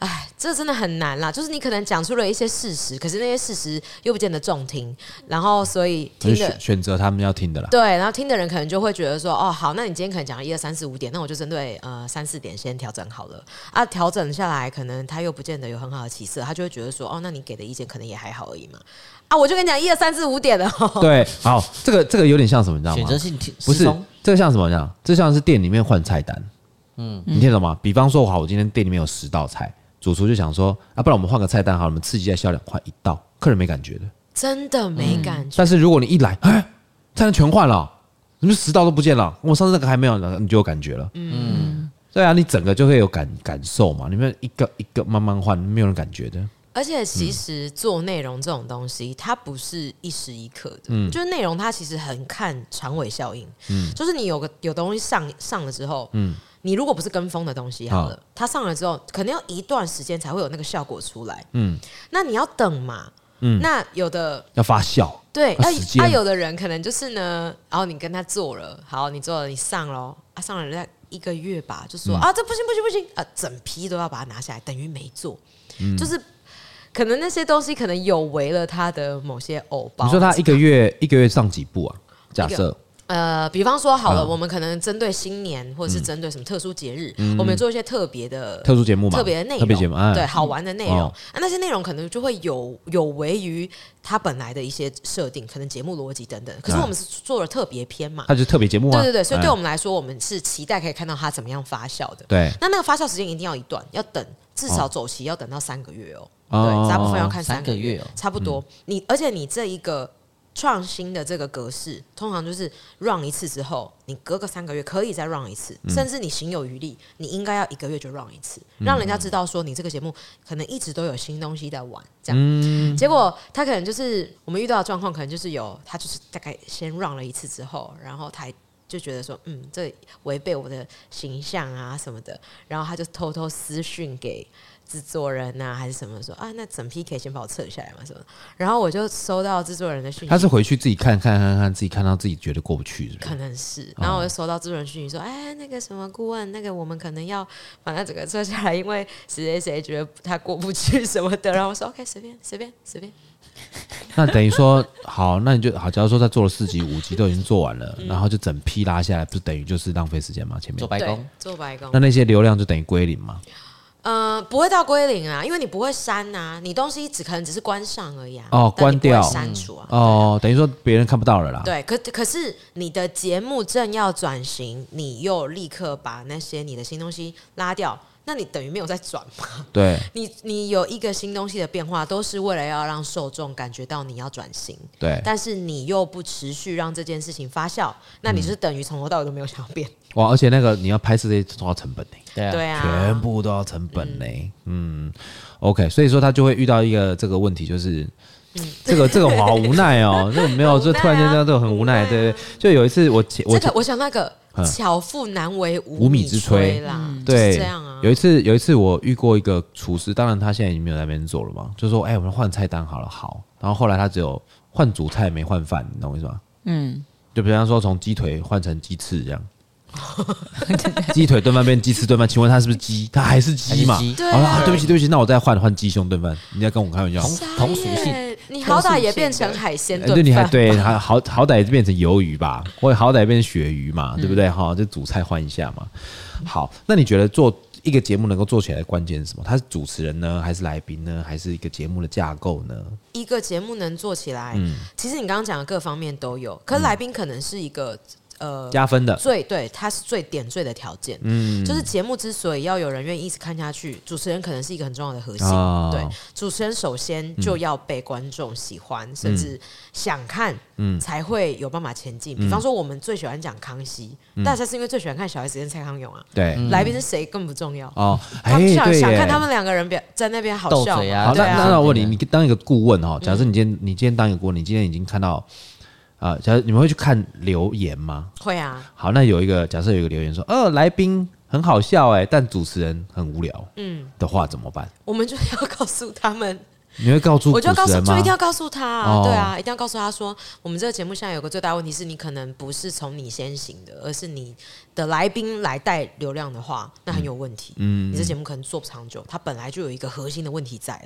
哎，这真的很难啦。就是你可能讲出了一些事实，可是那些事实又不见得中听，然后所以
就是
听的
选选择他们要听的啦。
对，然后听的人可能就会觉得说，哦，好，那你今天可能讲了一二三四五点，那我就针对呃三四点先调整好了啊，调整下来，可能他又不见得有很好的起色，他就会觉得说，哦，那你给的意见可能也还好而已嘛，啊，我就跟你讲一二三四五点哦了，
对，好，这个这个有点像什么，你知道
选
吗
择？性提
不
失
是
踪，
这个像什么呢？这像是店里面换菜单，嗯，你听得懂吗？比方说，好，我今天店里面有十道菜，主厨就想说，啊，不然我们换个菜单好了，我们刺激一下销量，换一道，客人没感觉的。
真的没感觉，
但是如果你一来，哎，菜单全换了，你们十道都不见了，我上次那个还没有，呢，你就有感觉了。嗯，对啊，你整个就会有感感受嘛，你们一个一个慢慢换，没有人感觉的。
而且其实做内容这种东西，它不是一时一刻的，就是内容它其实很看长尾效应，就是你有个有东西上上了之后，你如果不是跟风的东西好了，
好
它上了之后，可能要一段时间才会有那个效果出来，
嗯
那你要等嘛，那有的
要发酵，
对，
要
那
时间
那有的人可能就是呢，然后你跟他做了，好，你做了，你上喽，啊，上了人家一个月吧，就说、啊，这不行不行不行，啊，整批都要把它拿下来，等于没做，就是可能那些东西可能有违了他的某些偶包。
你说他一个月一个月上几步啊？假
一个
设
呃，比方说好了，
嗯
我们可能针对新年或者是针对什么特殊节日，我们有做一些特别的
嗯特殊节目嘛，
特别的内容，
特别节目，哎
对，好玩的内容。
哦
啊、那些内容可能就会有有违于它本来的一些设定，可能节目逻辑等等。可是
哎
我们是做了特别篇嘛，
它就是特别节目啊，
对对对，所以对
哎
我们来说，我们是期待可以看到它怎么样发酵的。
对
那那个发酵时间一定要一段，要等至少
哦
走期要等到三个月哦。
哦
对，大部分要看
三
三
个
个月，
月哦，
差不多。你而且你这一个创新的这个格式，通常就是 run 一次之后，你隔个三个月可以再 run 一次，甚至你行有余力，你应该要一个月就 run 一次，让人家知道说你这个节目可能一直都有新东西在玩，这样。结果他可能就是我们遇到的状况，可能就是有他就是大概先 run 了一次之后，然后他就觉得说，嗯，这违背我的形象啊什么的，然后他就偷偷私讯给制作人呐、还是什么说啊，那整批可以先把我撤下来嘛什么的。然后我就收到制作人的讯息，
他是回去自己看看看看，自己看到自己觉得过不去，是不
可
是？
能是，
哦
然后我就收到制作人讯息说，哎，那个什么顾问，那个我们可能要把他整个撤下来，因为谁谁谁觉得他过不去什么的。然 后我说 OK，随便随便随便，
那等于说，好，那你就好，假如说他做了四集、五集都已经做完了，然后就整批拉下来，不是等于就是浪费时间吗？前
做
面
白
对
宫，
嗯做哦白工
那。那些流量就等于归零嘛？
呃，不会到归零啊，因为你不会删呐、你东西只可能只是关上而已啊。
哦
但你不会
关掉
删除啊。
哦，等于说别人看不到了啦。
对，可可是你的节目正要转型，你又立刻把那些你的新东西拉掉，那你等于没有在转嘛？
对，
你你有一个新东西的变化，都是为了要让受众感觉到你要转型，
对，
但是你又不持续让这件事情发酵，那你就是等于从头到尾都没有想要变。
哇！而且那个你要拍摄这些都要成本呢、
对啊，
对啊，
嗯全部都要成本呢、嗯 o k 所以说他就会遇到一个这个问题，就是。这个这个我好无奈 哦，这个没有，
嗯很无
就
奈啊
突然间这样，这个很无奈。对对，就有一次我前我
这个我想那个
嗯
巧妇难为无
无米之
之
炊
啦，就是
对
这样啊。
有一次有一次我遇过一个厨师，当然他现在已经没有在那边做了嘛，就说哎、我们换菜单好了，好。然后后来他只有换主菜没换饭，你懂我意思吗？
嗯，
就比方说从鸡腿换成鸡翅这样，鸡腿炖饭变鸡翅炖饭，请问他是不是鸡？他还是
还是
鸡嘛？
鸡
对
好了、
啊
啊，对不起对不起，那我再换换鸡胸炖饭，你在跟我开玩笑？
同
傻
同属
眼
性，
哎你好歹也变成
同属性的
海鲜
哎
炖
对，你还
饭
对，还好好歹变成鱿鱼吧，或者好歹变成鳕鱼嘛，
嗯
对不对？哈、就主菜换一下嘛。好，那你觉得做一个节目能够做起来的关键是什么？他是主持人呢，还是来宾呢，还是一个节目的架构呢？
一个节目能做起来，
嗯
其实你刚刚讲的各方面都有，可是来宾可能是一个、呃。
嗯加嗯分的，
最对，它是最点缀的条件。就是节目之所以要有人愿意一直看下去，主持人可能是一个很重要的核心。
哦
对，主持人首先就要被观众喜欢，
嗯
甚至想看，才会有办法前进。
嗯
比方说，我们最喜欢讲康熙，大家是因为最喜欢看小 S 跟蔡康永啊，
对，
来宾是谁更不重要。
哦，
他们
嗯哎
想
对
想看
耶
他们两个人表在那边好
斗
笑
嘴
嘛，
啊
好，
对
那
斗
那
嘴
啊，嗯
那我问你，你当一个顾问哈，假设你今天你今天当一个顾问，你今天已经看到啊、呃假设你们会去看留言吗？
会啊。
好，那有一个假设有一个留言说，呃，来宾很好笑哎、但主持人很无聊，嗯，的话怎么办？
我们就要告诉他们，
你会告诉
我就告
主持
诉，
人
就
吗？
一定要告诉他、啊
哦
对啊，一定要告诉他说，我们这个节目现在有个最大问题是你可能不是从你先行的，而是你的来宾来带流量的话，那很有问题。嗯，你这节目可能做不长久，它本来就有一个核心的问题在了。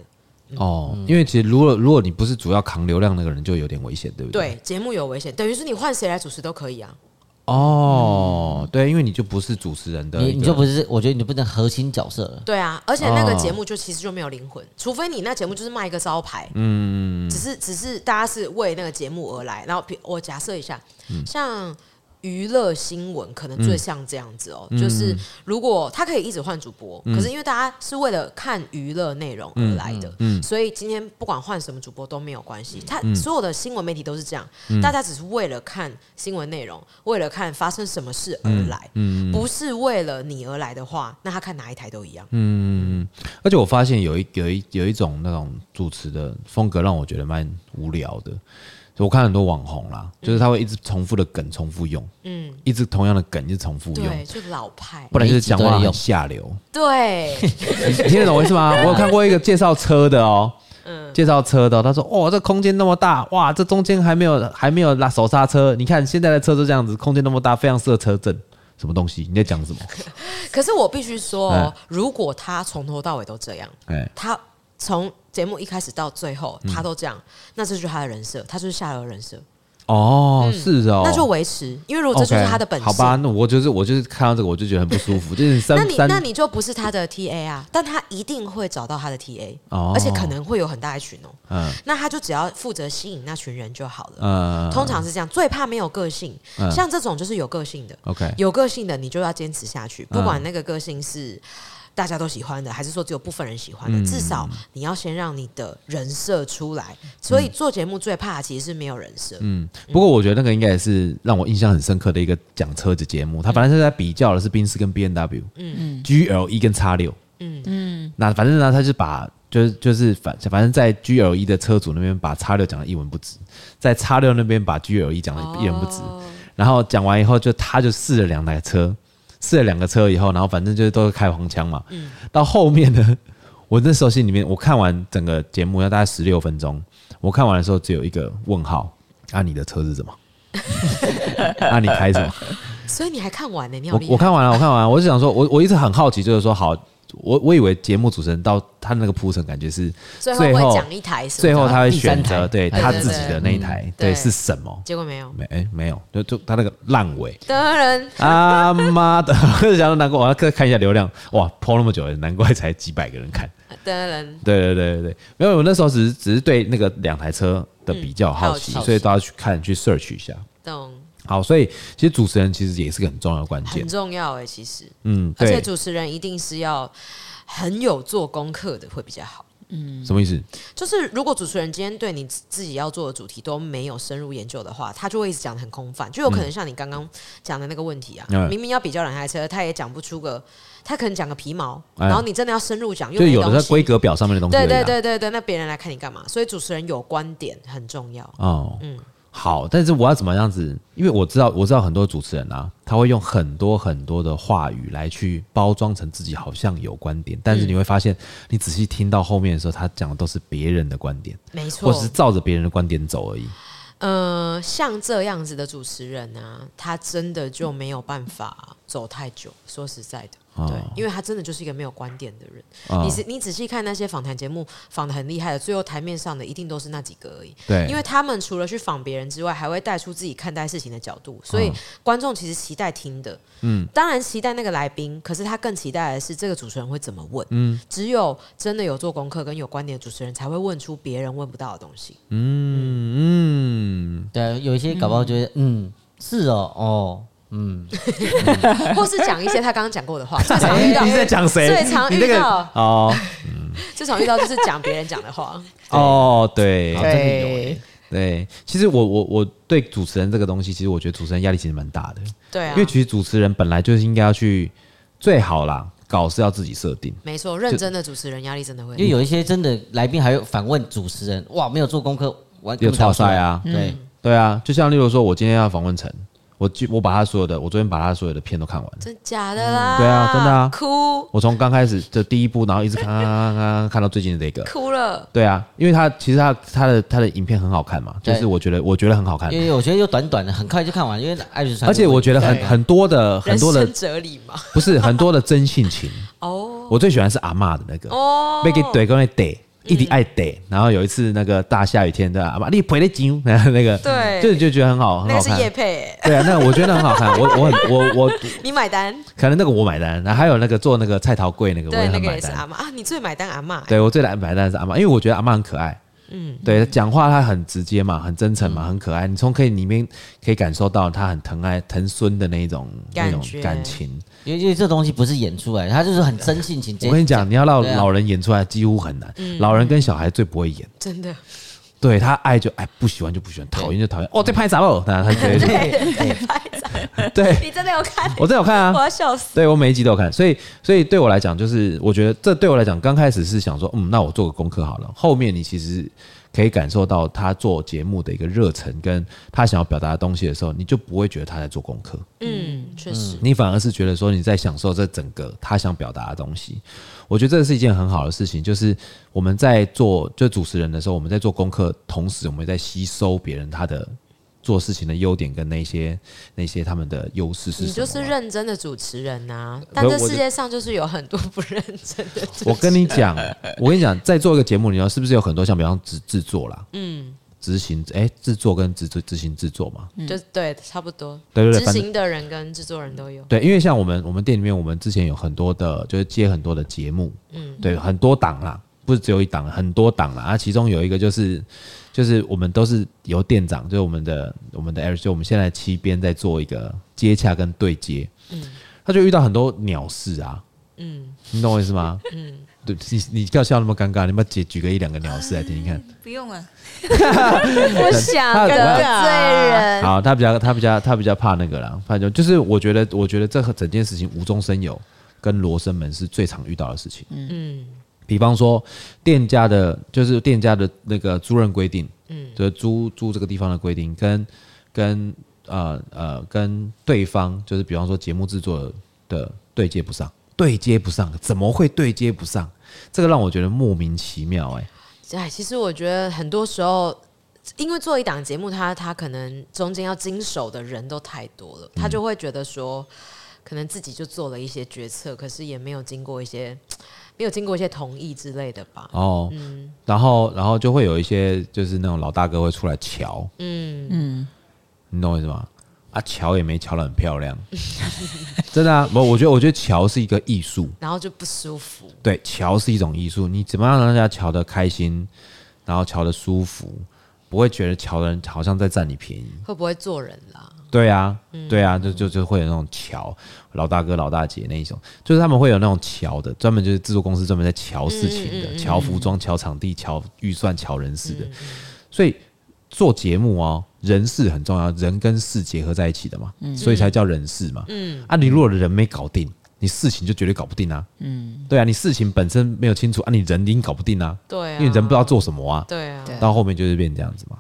哦，
嗯
因为其实如果如果你不是主要扛流量那个人，就有点危险，对不对？
对，节目有危险，等于是你换谁来主持都可以啊。
哦，对，因为你就不是主持人的一个，
你你就不是，我觉得你就不能核心角色了。
对啊，而且那个
哦
节目就其实就没有灵魂，除非你那节目就是卖一个招牌，只是只是大家是为那个节目而来。然后比我假设一下，像娱乐新闻可能最像这样子哦，就是如果他可以一直换主播，可是因为大家是为了看娱乐内容而来的，所以今天不管换什么主播都没有关系。他所有的新闻媒体都是这样，大家只是为了看新闻内容，为了看发生什么事而来，不是为了你而来的话，那他看哪一台都一样。
而且我发现有一有一有一种那种主持的风格让我觉得蛮无聊的。就我看很多网红啦，
嗯
就是他会一直重复的梗重复用，嗯，一直同样的梗一直重复
对，
用，
就老派
不，然就是讲话
每一集都在
很
用
下流。
对，
你你听得懂我意思 吗？我有看过一个介绍车的哦。
嗯
介绍车的哦、他说：“哦，这空间那么大，哇，这中间还没有还没有拉手刹车。你看现在的车都这样子，空间那么大，非常适合车震。什么东西？你在讲 什么？
可是我必须说、哦
嗯，
如果他从头到尾都这样，
哎，
他
嗯
从节目一开始到最后他都这样，那这就是他的人设，他就是下流人设。
哦，是哦，
那就维持，因为如果这就是
OK，
他的本性。
好吧，那我就是我就是看到这个我就觉得很不舒服，就是三
那你
三
那你就不是他的 TA 啊，但他一定会找到他的 TA，、
哦
而且可能会有很大一群哦、
嗯
那他就只要负责吸引那群人就好了。
呃
通常是这样，最怕没有个性，
嗯
像这种就是有个性的，
OK
有个性的你就要坚持下去，不
嗯
管那个个性是大家都喜欢的，还是说只有部分人喜欢的，
嗯
至少你要先让你的人设出来。所以做节目最怕的其实是没有人设，
嗯，不过我觉得那个应该也是让我印象很深刻的一个讲车子节目。他本来是在比较的是宾士跟 B N W，嗯，G L E 跟 X 六，嗯嗯，那反正呢，他是把就是就是反反正在 G L E 的车主那边把 X 六讲的一文不值，在 X 六那边把 G L E 讲的一文不值，
哦
然后讲完以后就他就试了两台车，试了两个车以后，然后反正就是都是开黄腔嘛，到后面呢， 我那时候心里面，我看完整个节目要大概十六分钟，我看完的时候只有一个问号：啊，你的车是什么？ 啊，你开什 么？
所以你还看完呢、你好
我
厉害
我看完了，我看完了，我就想说，我我一直很好奇，就是说，好，我我以为节目主持人到他那个铺陈，感觉是
最后
最后
会讲一台什么，
最后他会选
第三
择
台嗯
对
对
他
对
自己的那一台，
对
对是什么？
结果没有。
没、哎没有，就就他那个烂 尾，
当然，
啊妈的，想到难过，我要看一下流量，哇，抛那么久，难怪才几百个人看。
当然，
对对对对对，没有，我那时候只是只是对那个两台车的比较好奇，
嗯好奇
所以都要去看去 search 一下。
懂，
好，所以其实主持人其实也是个很重要的关键
很。重要哎、其实，
嗯，
而且
对，
主持人一定是要很有做功课的会比较好。
什么意思？
就是如果主持人今天对你自自己要做的主题都没有深入研究的话，他就会一直讲的很空泛，就有可能像你刚刚讲的那个问题啊，
嗯
明明要比较两台车，他也讲不出个，他可能讲个皮毛，
哎
然后你真的要深入讲，又
就
没
有的
东
在规
西。
格表上面的东西而
对
已啊啦。
对对对对，那别人来看你干嘛？所以主持人有观点很重要。
哦，好，但是我要怎么样子？因为我知道，我知道很多主持人啊，他会用很多很多的话语来去包装成自己好像有观点，但是你会发现，你仔细听到后面的时候，他讲的都是别人的观点，
没
或
错，
者是照着别人的观点走而已。
呃，像这样子的主持人啊，他真的就没有办法走太久。说实在的，
哦
对，因为他真的就是一个没有观点的人。
哦
你是你仔细看那些访谈节目，访的很厉害的，最后台面上的一定都是那几个而已。
对，
因为他们除了去访别人之外，还会带出自己看待事情的角度，所以
嗯
观众其实期待听的，嗯，当然期待那个来宾，可是他更期待的是这个主持人会怎么问，嗯，只有真的有做功课跟有观点的主持人才会问出别人问不到的东 西，
嗯嗯，
对啊，有一些搞不好觉得，嗯，是哦，哦，嗯，
或是讲一些他刚刚讲过的话，最常遇 到
你是在讲谁？
最常
你那
遇
个
到，
哦
最常遇到就是讲别人讲的话，
哦，对
好真的有欸
对，
对，其实我我我对主持人这个东西，其实我觉得主持人压力其实蛮大的，
对啊
因为，其实主持人本来就是应该要去最好啦，稿是要自己设定。
没错，认真的主持人压力真的会
因为有一些真的来宾还有反问主持人，哇，没有做功课，完
有
根本答不出来
错赛啊
嗯
对，
对啊，就像例如说，我今天要访问陈，我记我把他所有的，我昨天把他所有的片都看完了。
真假的啦，
对啊真的啊
哭
我从刚开始的第一部，然后一直看看看看看看到最近的这个。
哭了，
对啊，因为他其实他他的他的影片很好看嘛，就是
对
我觉得我觉得很好看
因，为我觉得就短短的，很快就看完，因为爱就是传
而且我觉得很
对
很多的很
人
多的
生哲理嘛，
不是很多的真性情，
哦
我最喜欢是阿嬷的那个，
哦，
被给怼跟那怼，一直爱怼。然后有一次那个大下雨天的阿嬷，你赔的金，然 后那个
对
就就觉得很好，很
那
好
个是
看
叶。配，
对啊，那个我觉得很好看， 我我很我我
你买单，
可能那个我买单，然后还有那个做那个菜桃柜那个我
对，
也
那
很
个
买
也是阿
单。
妈啊，你最买单阿妈，
对我最来买单是阿嬷，因为我觉得阿嬷很可爱。嗯，对，讲话她很直接嘛，很真诚
嗯
嘛，很可爱。你从可以里面可以感受到她很疼爱疼孙的那一种那
感
种
觉
感情。
因为因为这东西不是演出来的，他就是很真性情。
我跟你讲，你要让
对啊
老人演出来几乎很难，
嗯
老人跟小孩最不会演。
真的，
对他爱就爱，不喜欢就不喜欢，讨厌就讨厌。哦，在拍啥哦？那他 觉得对，
你真的有看，
我真有看
我
啊，
要笑死，
对我每一集都有看，所以所以对我来讲，就是我觉得这对我来讲，刚开始是想说，嗯，那我做个功课好了。后面你其实可以感受到他做节目的一个热忱，跟他想要表达的东西的时候，你就不会觉得他在做功课。
嗯，确实，
你反而是啊觉得说你在享受这整个他想表达的东西。我觉得这是一件很好的事情，就是我们在做就主持人的时候，我们在做功课，同时我们也在吸收别人他的做事情的优点跟那些那些他们的优势是
你
什
就
么
是
啊。
认真的主持人呐、但
不
这
我就
世界上就是有很多不认真的主持
我
人。
跟你讲，我跟你讲，在做一个节目，你要是不是有很多像，比方制制作啦，嗯，执行，哎、制作跟执执执行制作嘛，
就对，差不多。
对对对，
执
反正
行的人跟制作人都有，
对，因为像我们我们店里面，我们之前有很多的，就是接很多的节目，嗯，对，很多档啦，不是只有一档，很多档啦。啊，其中有一个就是就是我们都是由店长，就是我们的我们的 Eric，就我们现在七边在做一个接洽跟对接，他就遇到很多鸟事啊，嗯，你懂我意思吗？嗯，对，你你不要笑那么尴尬，你要不要举举个一两个鸟事来听听看。
不用啊，
不想
他
尴
我
尬
罪人
好，他比较他比较他比较怕那个啦，怕就就是我觉得我觉得这和整件事情无中生有，跟罗生门是最常遇到的事情。嗯，比方说店家的，就是店家的那个租赁规定，嗯，就是租租这个地方的规定，跟跟呃呃跟对方，就是比方说节目制作的对接不上，对接不上，怎么会对接不上？这个让我觉得莫名其妙、哎，
哎，其实我觉得很多时候，因为做一档节目，他他可能中间要经手的人都太多了，
嗯
他就会觉得说，可能自己就做了一些决策，可是也没有经过一些没有经过一些同意之类的吧。
哦，然后然后就会有一些就是那种老大哥会出来瞧，嗯嗯，你懂我意思吗？啊，瞧也没瞧得很漂亮， 真的啊，不，我觉得我觉得瞧是一个艺术，
然后就不舒服，
对，瞧是一种艺术，你怎么样让大家瞧得开心，然后瞧得舒服，不会觉得瞧的人好像在占你便宜，
会不会做人啦？
对啊，
嗯
对啊，就就就会有那种瞧老大哥老大姐那一种，就是他们会有那种瞧的，专门就是制作公司专门在瞧事情
嗯
的，瞧服装、瞧场地、瞧预算、瞧人事的。所以做节目哦，人事很重要，人跟事结合在一起的嘛，所以才叫人事嘛。嗯，啊，你如果人没搞定，你事情就绝对搞不定啊。嗯，对啊，你事情本身没有清楚啊，你人已经搞不定啊，
对啊，
因为人不知道做什么啊，
对啊，
对
到后面就是变这样子嘛，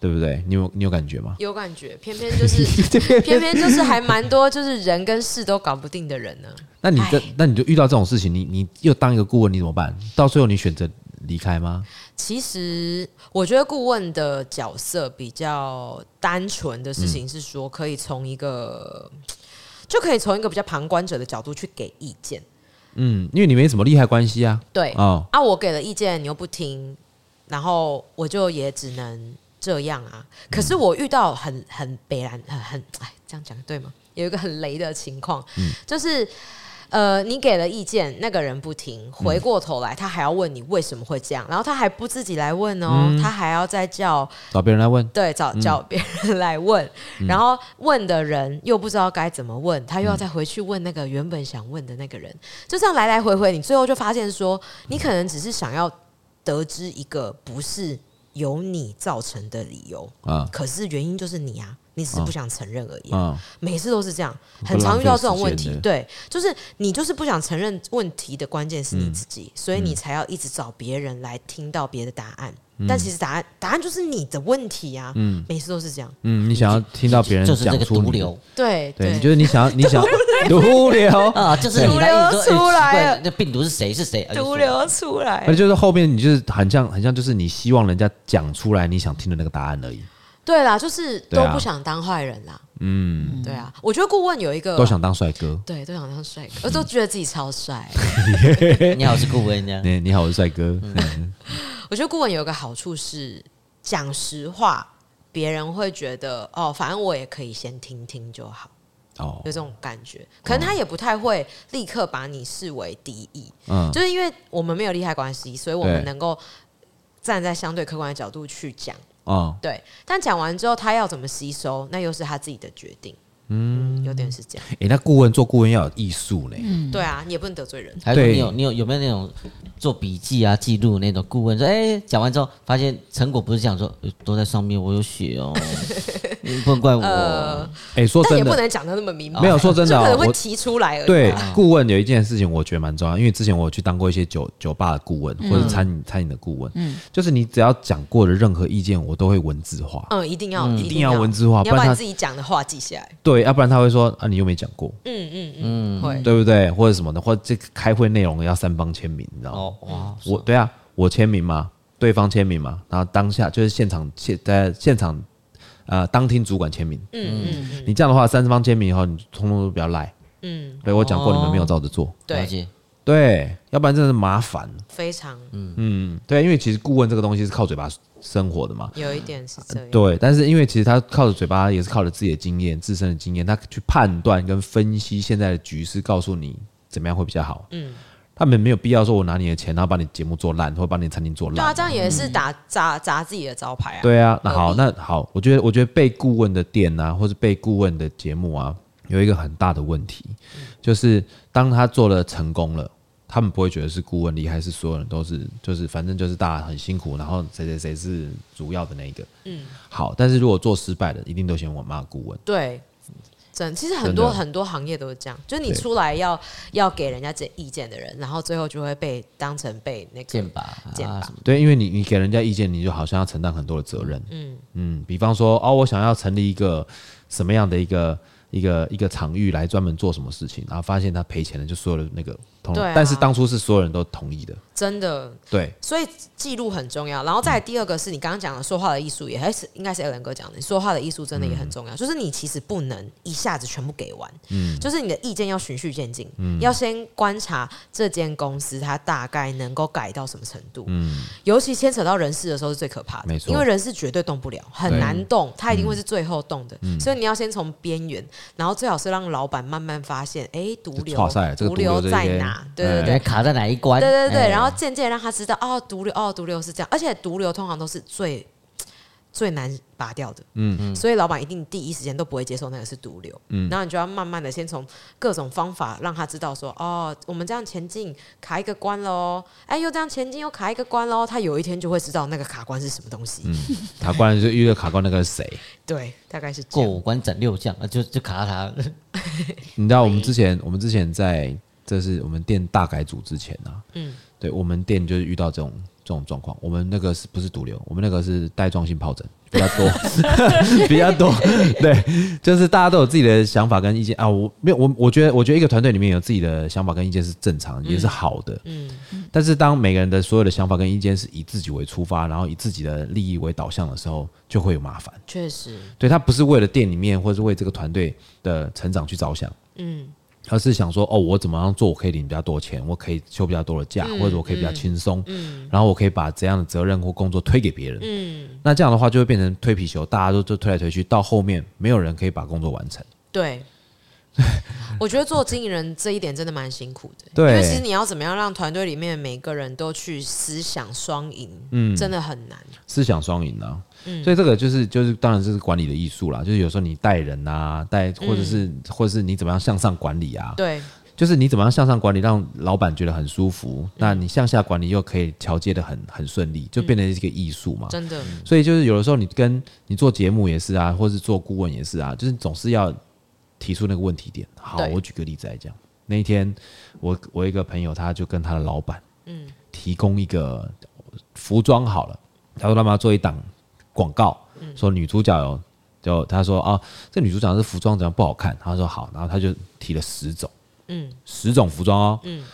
对不对？你有你有感觉吗？
有感觉，偏偏就是 偏偏就是还蛮多就是人跟事都搞不定的人呢、
那你这，那你就遇到这种事情，你你又当一个顾问，你怎么办？到最后你选择离开吗？
其实我觉得顾问的角色比较单纯的事情是说，可以从一个、就可以从一个比较旁观者的角度去给意见。
嗯，因为你没什么利害关系啊。
对
哦，
啊，我给了意见你又不听，然后我就也只能这样啊。可是我遇到很很北然很很哎，这样讲对吗？有一个很雷的情况，就是呃，你给了意见，那个人不听，回过头来他还要问你为什么会这样，然后他还不自己来问哦，他还要再叫
找别人来问。
对，找叫别人来问，
嗯
然后问的人又不知道该怎么问，他又要再回去问那个原本想问的那个人，就这样来来回回，你最后就发现说，你可能只是想要得知一个不是由你造成的理由，
啊
可是原因就是你啊，你只是不想承认而已啊、
啊，
每次都是这样，
不
很常遇到这
浪
种
费
问
时间
题
的。
对，就是你就是不想承认问题的关键是
嗯
你自己，所以你才要一直找别人来听到别的答案。
嗯
但其实答案答案就是你的问题啊，每次都是这样。
嗯，你想要听到别人
就是
讲
这个
出
毒
你，
瘤
对
对，你就是你想要，你想毒瘤，
啊，就是你来一直
毒
说，
瘤出来
哎奇
了
怪那病毒是谁是谁？啊就
毒
说
瘤出来
而，就是后面你就是很像很像，就是你希望人家讲出来你想听的那个答案而已，
对啦，就是
对
都
啊
不想当坏人啦。嗯，对啊，我觉得顾问有一个
都想当帅哥。
对，都想当帅哥，都觉得自己超 帅。
你好，是顾问这样。
你你好，我是帅哥。嗯
我觉得顾问有一个好处是讲实话，别人会觉得哦，反正我也可以先听听就好。
哦
有，这种感觉，可能他也不太会立刻把你视为敌意，
嗯，
就是因为我们没有利害关系，所以我们
对
能够站在相对客观的角度去讲。
哦，
对，但讲完之后，他要怎么吸收，那又是他自己的决定。嗯，有点是这样。
诶，那顾问做顾问要有艺术呢。
对啊，你也不能得罪人。
还是
对
你有你有有没有那种做笔记啊、记录那种顾问说，哎、讲完之后发现成果不是这样说，呃都在上面，我有写 哦，你不能怪我。
呃，
诶，说
但也
真
不
的，
能讲的那么明白，
没有说真的
就
哦
可能会
我
提出来而已。
对顾问有一件事情，我觉得蛮重要，因为之前我有去当过一些酒酒吧的顾问，
嗯
或者餐饮餐饮的顾问，就是你只要讲过的任何意见，我都会文字化，
嗯，一定要，
一定要文字化，
你
不
要把
然
你
他
自己讲的话记下来。
对，要不然他会说啊，你又没讲过，
嗯嗯嗯，会。
对不对？或者什么的，或者这个开会内容要三方签名，你知道吗？
哦哇，
我对啊，我签名嘛，对方签名嘛，然后当下就是现场现在现场呃当听主管签名。
嗯嗯，
你这样的话，三方签名以后，你通通都不要赖。
嗯哦
嗯，对我讲过，你们没有照着做。
对
了解，
对，要不然真的是麻烦。
非常
嗯，对，因为其实顾问这个东西是靠嘴巴生活的嘛。
有一点是这样。
对，但是因为其实他靠着嘴巴，也是靠着自己的经验、自身的经验，他去判断跟分析现在的局势，告诉你怎么样会比较好。嗯，他们没有必要说我拿你的钱，然后把你节目做烂，或把你的餐厅做
对啊，
烂。
这样也是打砸砸自己的招牌
嗯
啊。
对啊，那
何
好，
必
那好，我觉得我觉得被顾问的店啊，或是被顾问的节目啊，有一个很大的问题，就是当他做了成功了。他们不会觉得是顾问厉害，是所有人都是，就是反正就是大家很辛苦，然后谁谁谁是主要的那一个。嗯，好，但是如果做失败了，一定都嫌我骂顾问。
对，真其实很多
真的
很多行业都是这样，就是你
对
出来要要给人家这意见的人，然后最后就会被当成被那个
剑拔
剑
啊
拔
什么，
对，因为你你给人家意见，你就好像要承担很多的责任。嗯比方说哦，我想要成立一个什么样的一个一个一个场域来专门做什么事情，然后发现他赔钱了，就所有的那个同，
对啊
但是当初是所有人都同意的。
真的，
对，
所以记录很重要。然后再来第二个是你刚刚讲的说话的艺术，也还是应该是 a l 哥讲的，说话的艺术真的也很
嗯
重要。就是你其实不能一下子全部给完，就是你的意见要循序渐进，
嗯
要先观察这间公司它大概能够改到什么程度。尤其牵扯到人事的时候是最可怕
嗯
的
没，错嗯
因为人事绝对动不了，很
对
难动，它一定会是最后动的。
嗯
所以你要先从边缘，然后最好是让老板慢慢发现，哎，毒
就
瘤
错赛了，这个
毒
瘤
瘤
这
在
些
哪？对对
哎
对，
卡在哪一关？
对对对，
哎
然后渐渐让他知道，哦，毒瘤，哦，毒瘤是这样，而且毒瘤通常都是最最难拔掉的，嗯嗯，所以老板一定第一时间都不会接受那个是毒瘤，嗯，然后你就要慢慢的先从各种方法让他知道说，哦，我们这样前进卡一个关喽，哎，又这样前进又卡一个关喽，他有一天就会知道那个卡关是什么东西，
卡关就遇到卡关那个是谁？
对，大概是这
过
样，
五关斩六将啊，就就卡他。
你知道我们之前我们之前在这是我们店大改组之前啊，嗯，对我们店就是遇到这种这种状况，我们那个是不是毒瘤？我们那个是带状性疱疹比较 多，比较多，对，就是大家都有自己的想法跟意见啊。我没有我我觉得我觉得一个团队里面有自己的想法跟意见是正常，也是好的，嗯。但是当每个人的所有的想法跟意见是以自己为出发，然后以自己的利益为导向的时候，就会有麻烦。
确 实，
对他不是为了店里面或是为这个团队的成长去着想，嗯，而是想说哦，我怎么样做我可以领比较多钱，我可以休比较多的假，或者我可以比较轻松，嗯，然后我可以把怎样的责任或工作推给别人，嗯，那这样的话就会变成推皮球，大家都就推来推去，到后面没有人可以把工作完成。
对。我觉得做经营人这一点真的蛮辛苦的，
对
因为其实你要怎么样让团队里面每个人都去思想双赢，嗯，真的很难。
思想双赢啊。所以这个就是就是当然就是管理的艺术啦，就是有时候你带人啊，带或者是、或者是你怎么样向上管理啊，
对，
就是你怎么样向上管理，让老板觉得很舒
嗯
服，那你向下管理又可以调节的很很顺利，就变成一个艺术嘛。
真的，
所以就是有的时候你跟你做节目也是啊，或是做顾问也是啊，就是总是要提出那个问题点。好，
对
我举个例子来讲，那一天我我一个朋友他就跟他的老板，嗯，提供一个服装好了，他说他们要做一档广告，
嗯
说女主角有。就他说啊，这女主角这服装怎样不好看？他说好，然后他就提了十种，
嗯，
十种服装哦，嗯，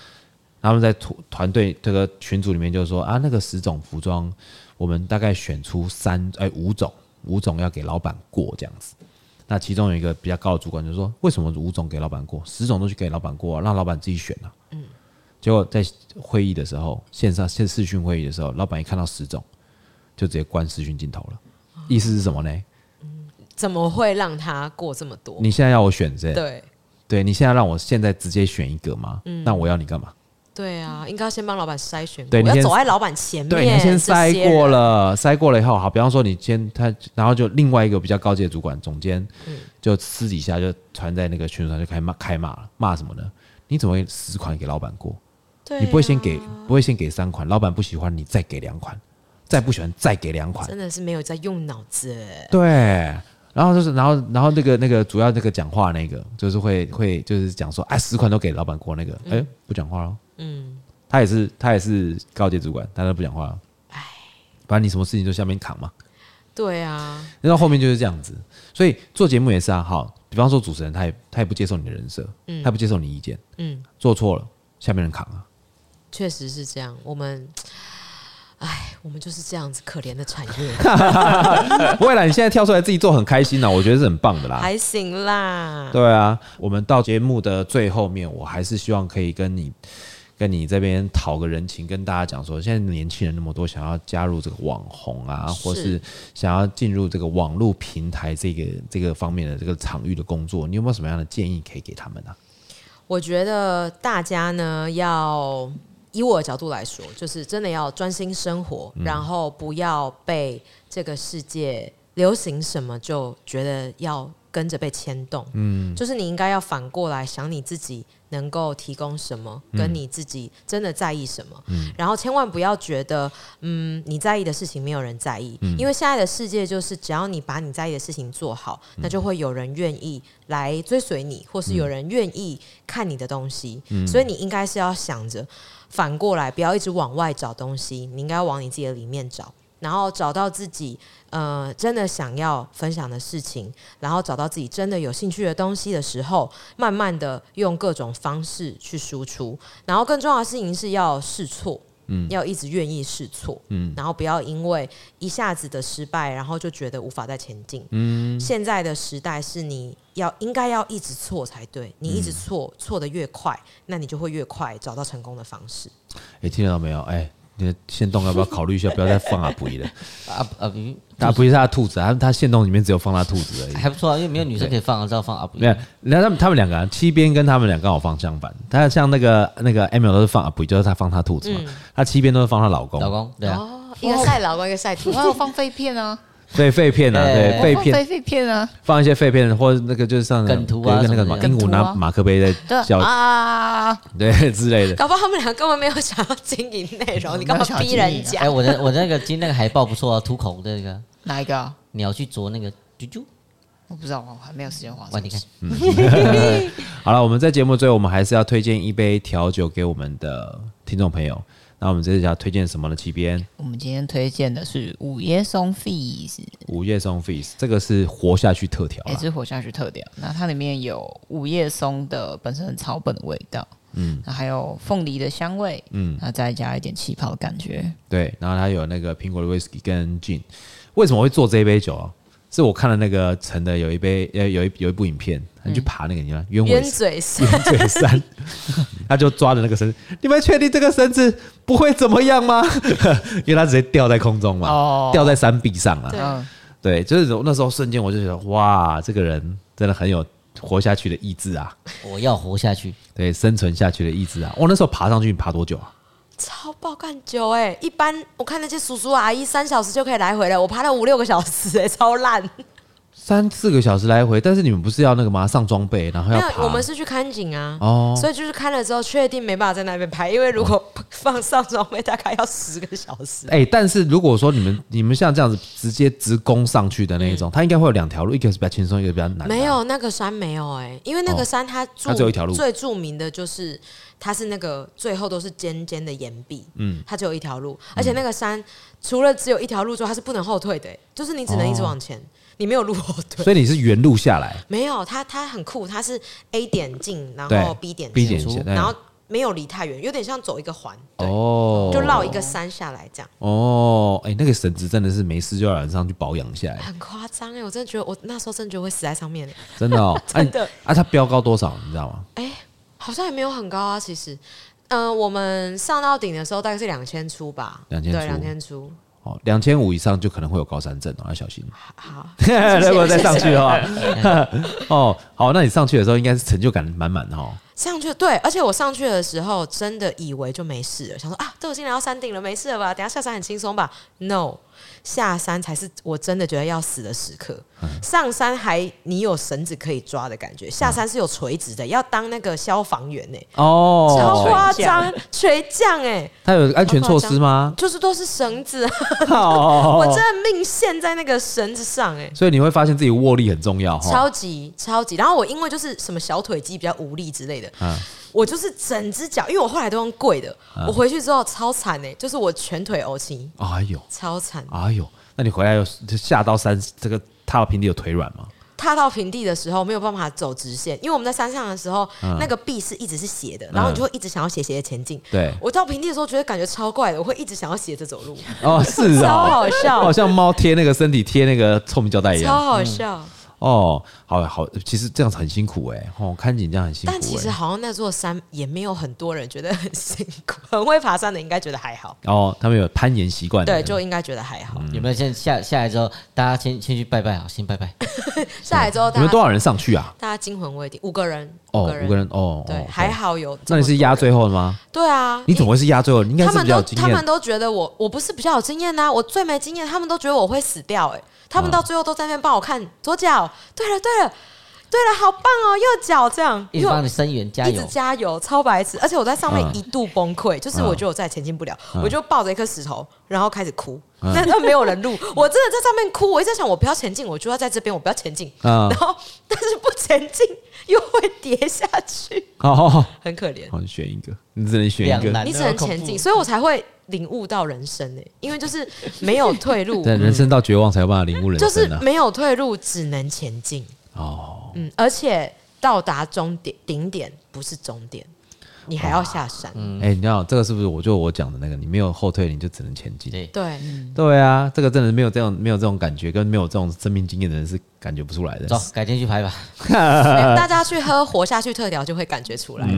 他们在团团队这个群组里面就说啊，那个十种服装，我们大概选出三哎五种，五种要给老板过这样子。那其中有一个比较高的主管就说，为什么五种给老板过，十种都去给老板过、啊，让老板自己选啊？嗯，结果在会议的时候，线上线视讯会议的时候，老板一看到十种，就直接关视讯镜头了。意思是什么呢？
怎么会让他过这么多？
你现在要我选谁？
对，
对，你现在让我现在直接选一个吗？那我要你干嘛？
对啊，应该要先帮老板筛选过，
对你
要
先
走在老板前面，
对，你先筛
这些
过
人，
了，筛过了以后，好，比方说你先他，然后就另外一个比较高级的主管总监，
嗯
就私底下就传在那个群组上就开始骂开骂了，骂什么呢？你怎么会十款给老板过？
对啊
你不会先给不会先给三款，老板不喜欢你再给两款，再不喜欢再给两款，
真的是没有在用脑子，欸
对。然后就是，然后，然后那个那个主要那个讲话那个，就是会会就是讲说，哎，十款都给老板过那个，哎、不讲话了。嗯，他也是他也是高级主管，但他不讲话了。哎，反正你什么事情就下面扛嘛。
对啊，
然后后面就是这样子，所以做节目也是啊，好，比方说主持人他也他也不接受你的人设，他也不接受你意见，
嗯，
做错了下面人扛啊，
确实是这样，我们。哎，我们就是这样子可怜的产 业，
不会啦，你现在跳出来自己做很开心呐、啊我觉得是很棒的啦。
还行啦。
对啊，我们到节目的最后面，我还是希望可以跟你跟你这边讨个人情，跟大家讲说，现在年轻人那么多，想要加入这个网红啊，
是
或是想要进入这个网络平台这个这个方面的这个场域的工作，你有没有什么样的建议可以给他们呢、啊
我觉得大家呢要。以我的角度来说，就是真的要专心生活，然后不要被这个世界流行什么就觉得要跟着被牵动。嗯，就是你应该要反过来想你自己能够提供什么，跟你自己真的在意什么。然后千万不要觉得，嗯，你在意的事情没有人在意，因为现在的世界就是，只要你把你在意的事情做好，那就会有人愿意来追随你，或是有人愿意看你的东西。所以你应该是要想着反过来，不要一直往外找东西，你应该要往你自己的里面找。然后找到自己呃真的想要分享的事情，然后找到自己真的有兴趣的东西的时候，慢慢的用各种方式去输出。然后更重要的事情是要试错，嗯，要一直愿意试错，嗯，然后不要因为一下子的失败，然后就觉得无法再前进。嗯，现在的时代是你要应该要一直错才对，你一直错，错的越快，那你就会越快找到成功的方式。
诶，听到没有？诶，你的线动要不要考虑一下，不要再放阿布了？
啊啊，比
他不是他的兔子，他他线动里面只有放他兔子 而已。
还不错啊，因为没有女生可以放，知道放啊 up。
没有，然后他们他们两个、啊，七边跟他们俩刚好方向反。他像那个那个 Emil 都是放阿布，就是他放他兔子嘛。他七边都是放她老公，
老公，对啊，
哦，
一个晒老公，一个晒兔
我还有放废片啊，
对废片啊，
对
对废
放
片，
废废片啊，
放一些废片或者那个就是像
梗图啊
有一个那个什么
什么
鹦鹉
的
梗图
拿
啊
马克杯
对
在叫
啊，
对 之类的。
哦 搞不好他们俩根本没有想要啊经营 内容，你干嘛逼人家
哎，？我的我的那个今天那个海报不错啊，吐口的那个
哪一个啊？
鸟去啄那个啾啾，
我不知道，我还没有时间划。
哇，你看，
好了，我们在节目最后，我们还是要推荐一杯调酒给我们的听众朋友。那我们这次要推荐什么呢？七边
我们今天推荐的是午夜松 fees，
午夜松 feast，这个是活下去特调
也
啦。
是活下去特调。那它里面有午夜松的本身草本的味道，嗯，那还有凤梨的香味，嗯，那再加一点气泡的感觉。
对，然后它有那个苹果的 whisky 跟 gin。为什么会做这一杯酒啊？是我看了那个陈的有一杯呃有一有一部影片，你去爬那个你看鸢尾
冤
山
嘴是
鸢嘴山， 他就抓着那个绳子，你们确定这个绳子不会怎么样吗？ 因为他直接吊在空中嘛，
哦
吊在山壁上啊。
对
嗯，
对，就是我那时候瞬间我就觉得，哇，这个人真的很有活下去的意志啊，
我要活下去，
对，生存下去的意志啊。我那时候爬上去，你爬多久啊？
超爆干久哎、一般我看那些叔叔阿姨三小时就可以来回了，我爬了五六个小时哎、超烂。
三四个小时来回，但是你们不是要那个吗？上装备，然后
没
要
有，
爬。
我们是去看景啊，
哦
所以就是看了之后确定没办法在那边拍，因为如果放上装备 大概要十个小时。
哎、但是如果说你们你们像这样子直接直攻上去的那一种，它应该会有两条路，一个是比较轻松，一个比较难、
没，有那个山没有哎、因为那个山它著、
啊哦它只有一条路
最著名的就是它是那个最后都是尖尖的岩壁，嗯，它只有一条路，而且那个山、除了只有一条路之外，它是不能后退的欸、就是你只能一直往前，你没有路后
哦
退。
所以你是原路下来，
没有，它它很酷，它是 A 点进，然
对
后 B 点
B
进
点进对哎
然后没有离太远，有点像走一个环，对，
哦，
就绕一个山下来这样，
哦，哎、那个绳子真的是没事就要染上去保养一下、哎，
很夸张哎，我真的觉得我那时候真的觉得会死在上面欸，
真的 哦，哎
真的
啊，它标高多少你知道吗？
哎、好像也没有很高啊，其实。嗯、我们上到顶的时候大概是两千出吧，
2000出
对，两千出，
哦，两千五以上就可能会有高山症哦，要小 心。
好，
如果再上去的话， 哦，好，那你上去的时候应该是成就感满满的哦。
上去对，而且我上去的时候真的以为就没事了，想说啊，都已经来到山顶了，没事了吧？等一下下山很轻松吧？No，下山才是我真的觉得要死的时刻。
嗯
上山还你有绳子可以抓的感觉，下山是有垂直的，要当那个消防员呢、欸超
哦，
夸张，垂降哎、
它有安全措施吗？
就是都是绳子，啊 我
哦，
真的命陷在那个绳子上哎、
所以你会发现自己握力很重要哈。
超级超级，然后我因为就是什么小腿肌比较无力之类的，
嗯
我就是整只脚，因为我后来都用跪的，我回去之后超惨哎、就是我全腿欧青，
哎呦，
超惨。
哎呦，那你回来有下到山这个踏到平地有腿软吗？
踏到平地的时候没有办法走直线，因为我们在山上的时候，
嗯
那个壁是一直是斜的，然后你就会一直想要斜斜的前进。
对
我到平地的时候觉得感觉超怪的，我会一直想要斜着走路，
哦，是
超
啊，
好 笑
好，像猫贴那个身体贴那个透明胶带一
超
样。
好笑。
哦，好好，其实这样子很辛苦哎、哦，看景这样很辛苦、欸。
但其实好像那座山也没有很多人觉得很辛苦，很会爬山的应该觉得还好，
哦，他们有攀岩习惯的
对，
人，
就应该觉得还
嗯
好。
有没有先下下来之后，大家先先去拜拜啊，先拜拜。
哎
下来之后，
你
大
们
家
多少人上去啊？
大家惊魂未定，五个人，
哦，
五
五个人，哦，
对
哦，
还。
哦
好有。
那你是压？最后的吗？
对啊，
你怎么会是压最后？你应该
他
是
们
比较
都
有经
他
验
们。都觉得我我不是比较有经验呐、啊我最没经验，他们都觉得我会死掉哎、他们到最后都在那边帮我看左脚，对了对了对了，好棒哦，右脚这样，
一直帮你声援加
一直
油，
加油，超白痴！而且我在上面
嗯
一度崩溃，就是我觉得我再也前进不了，我就抱着一颗石头，然后开始哭。
嗯
但但没有人录， 我真的在上面哭。我一直在想，我不要前进，我就要在这边，我不要前进。
嗯
然后，但是不前进又会跌下去，
好好好，
很可怜。
哦 好，啊你选一个，你只能选一
两
个
难。
你只能前
恐
进，
怖
所以我才会领悟到人生呢、因为就是没有退 路，
但人生到绝望才有办法领悟人
就是
生啊！
没有退路，只能前进。
哦，
嗯，而且到达终点顶点不是终点，你还要下山。
哎，你知道这个是不是？我就我讲的那个，你没有后退，你就只能前进。
对
对，
对啊，这个真的没有这种没有这种感觉，跟没有这种生命经验的人是感觉不出来的。
走，改天去拍吧。
大家去喝活下去特调就会感觉出来。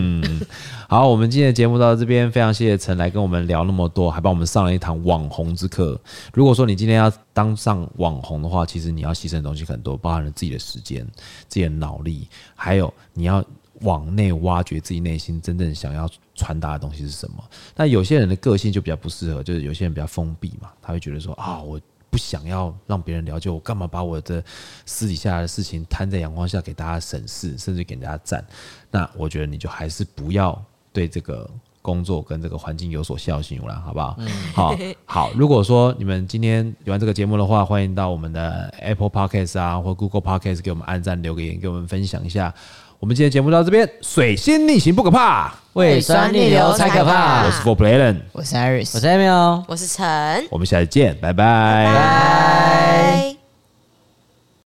好，我们今天的节目到这边，非常谢谢陈来跟我们聊那么多，还帮我们上了一堂网红之课。如果说你今天要当上网红的话，其实你要牺牲的东西很多，包含了自己的时间、自己的脑力，还有你要往内挖掘自己内心真正想要传达的东西是什么。那有些人的个性就比较不适合，就是有些人比较封闭嘛，他会觉得说啊，我不想要让别人了解我，干嘛把我的私底下的事情摊在阳光下给大家审视，甚至给大家赞？那我觉得你就还是不要对这个工作跟这个环境有所孝心了，好不好？好好。如果说你们今天喜欢这个节目的话，欢迎到我们的 Apple Podcast 啊，或 Google Podcast 给我们按赞、留个言，给我们分享一下。我们今天节目到这边，水星逆行不可怕。
胃
酸逆流才可怕
我是 For Playen，
我是 Iris，
我是 Emil。
我是陈，
我们下次见，拜拜
拜。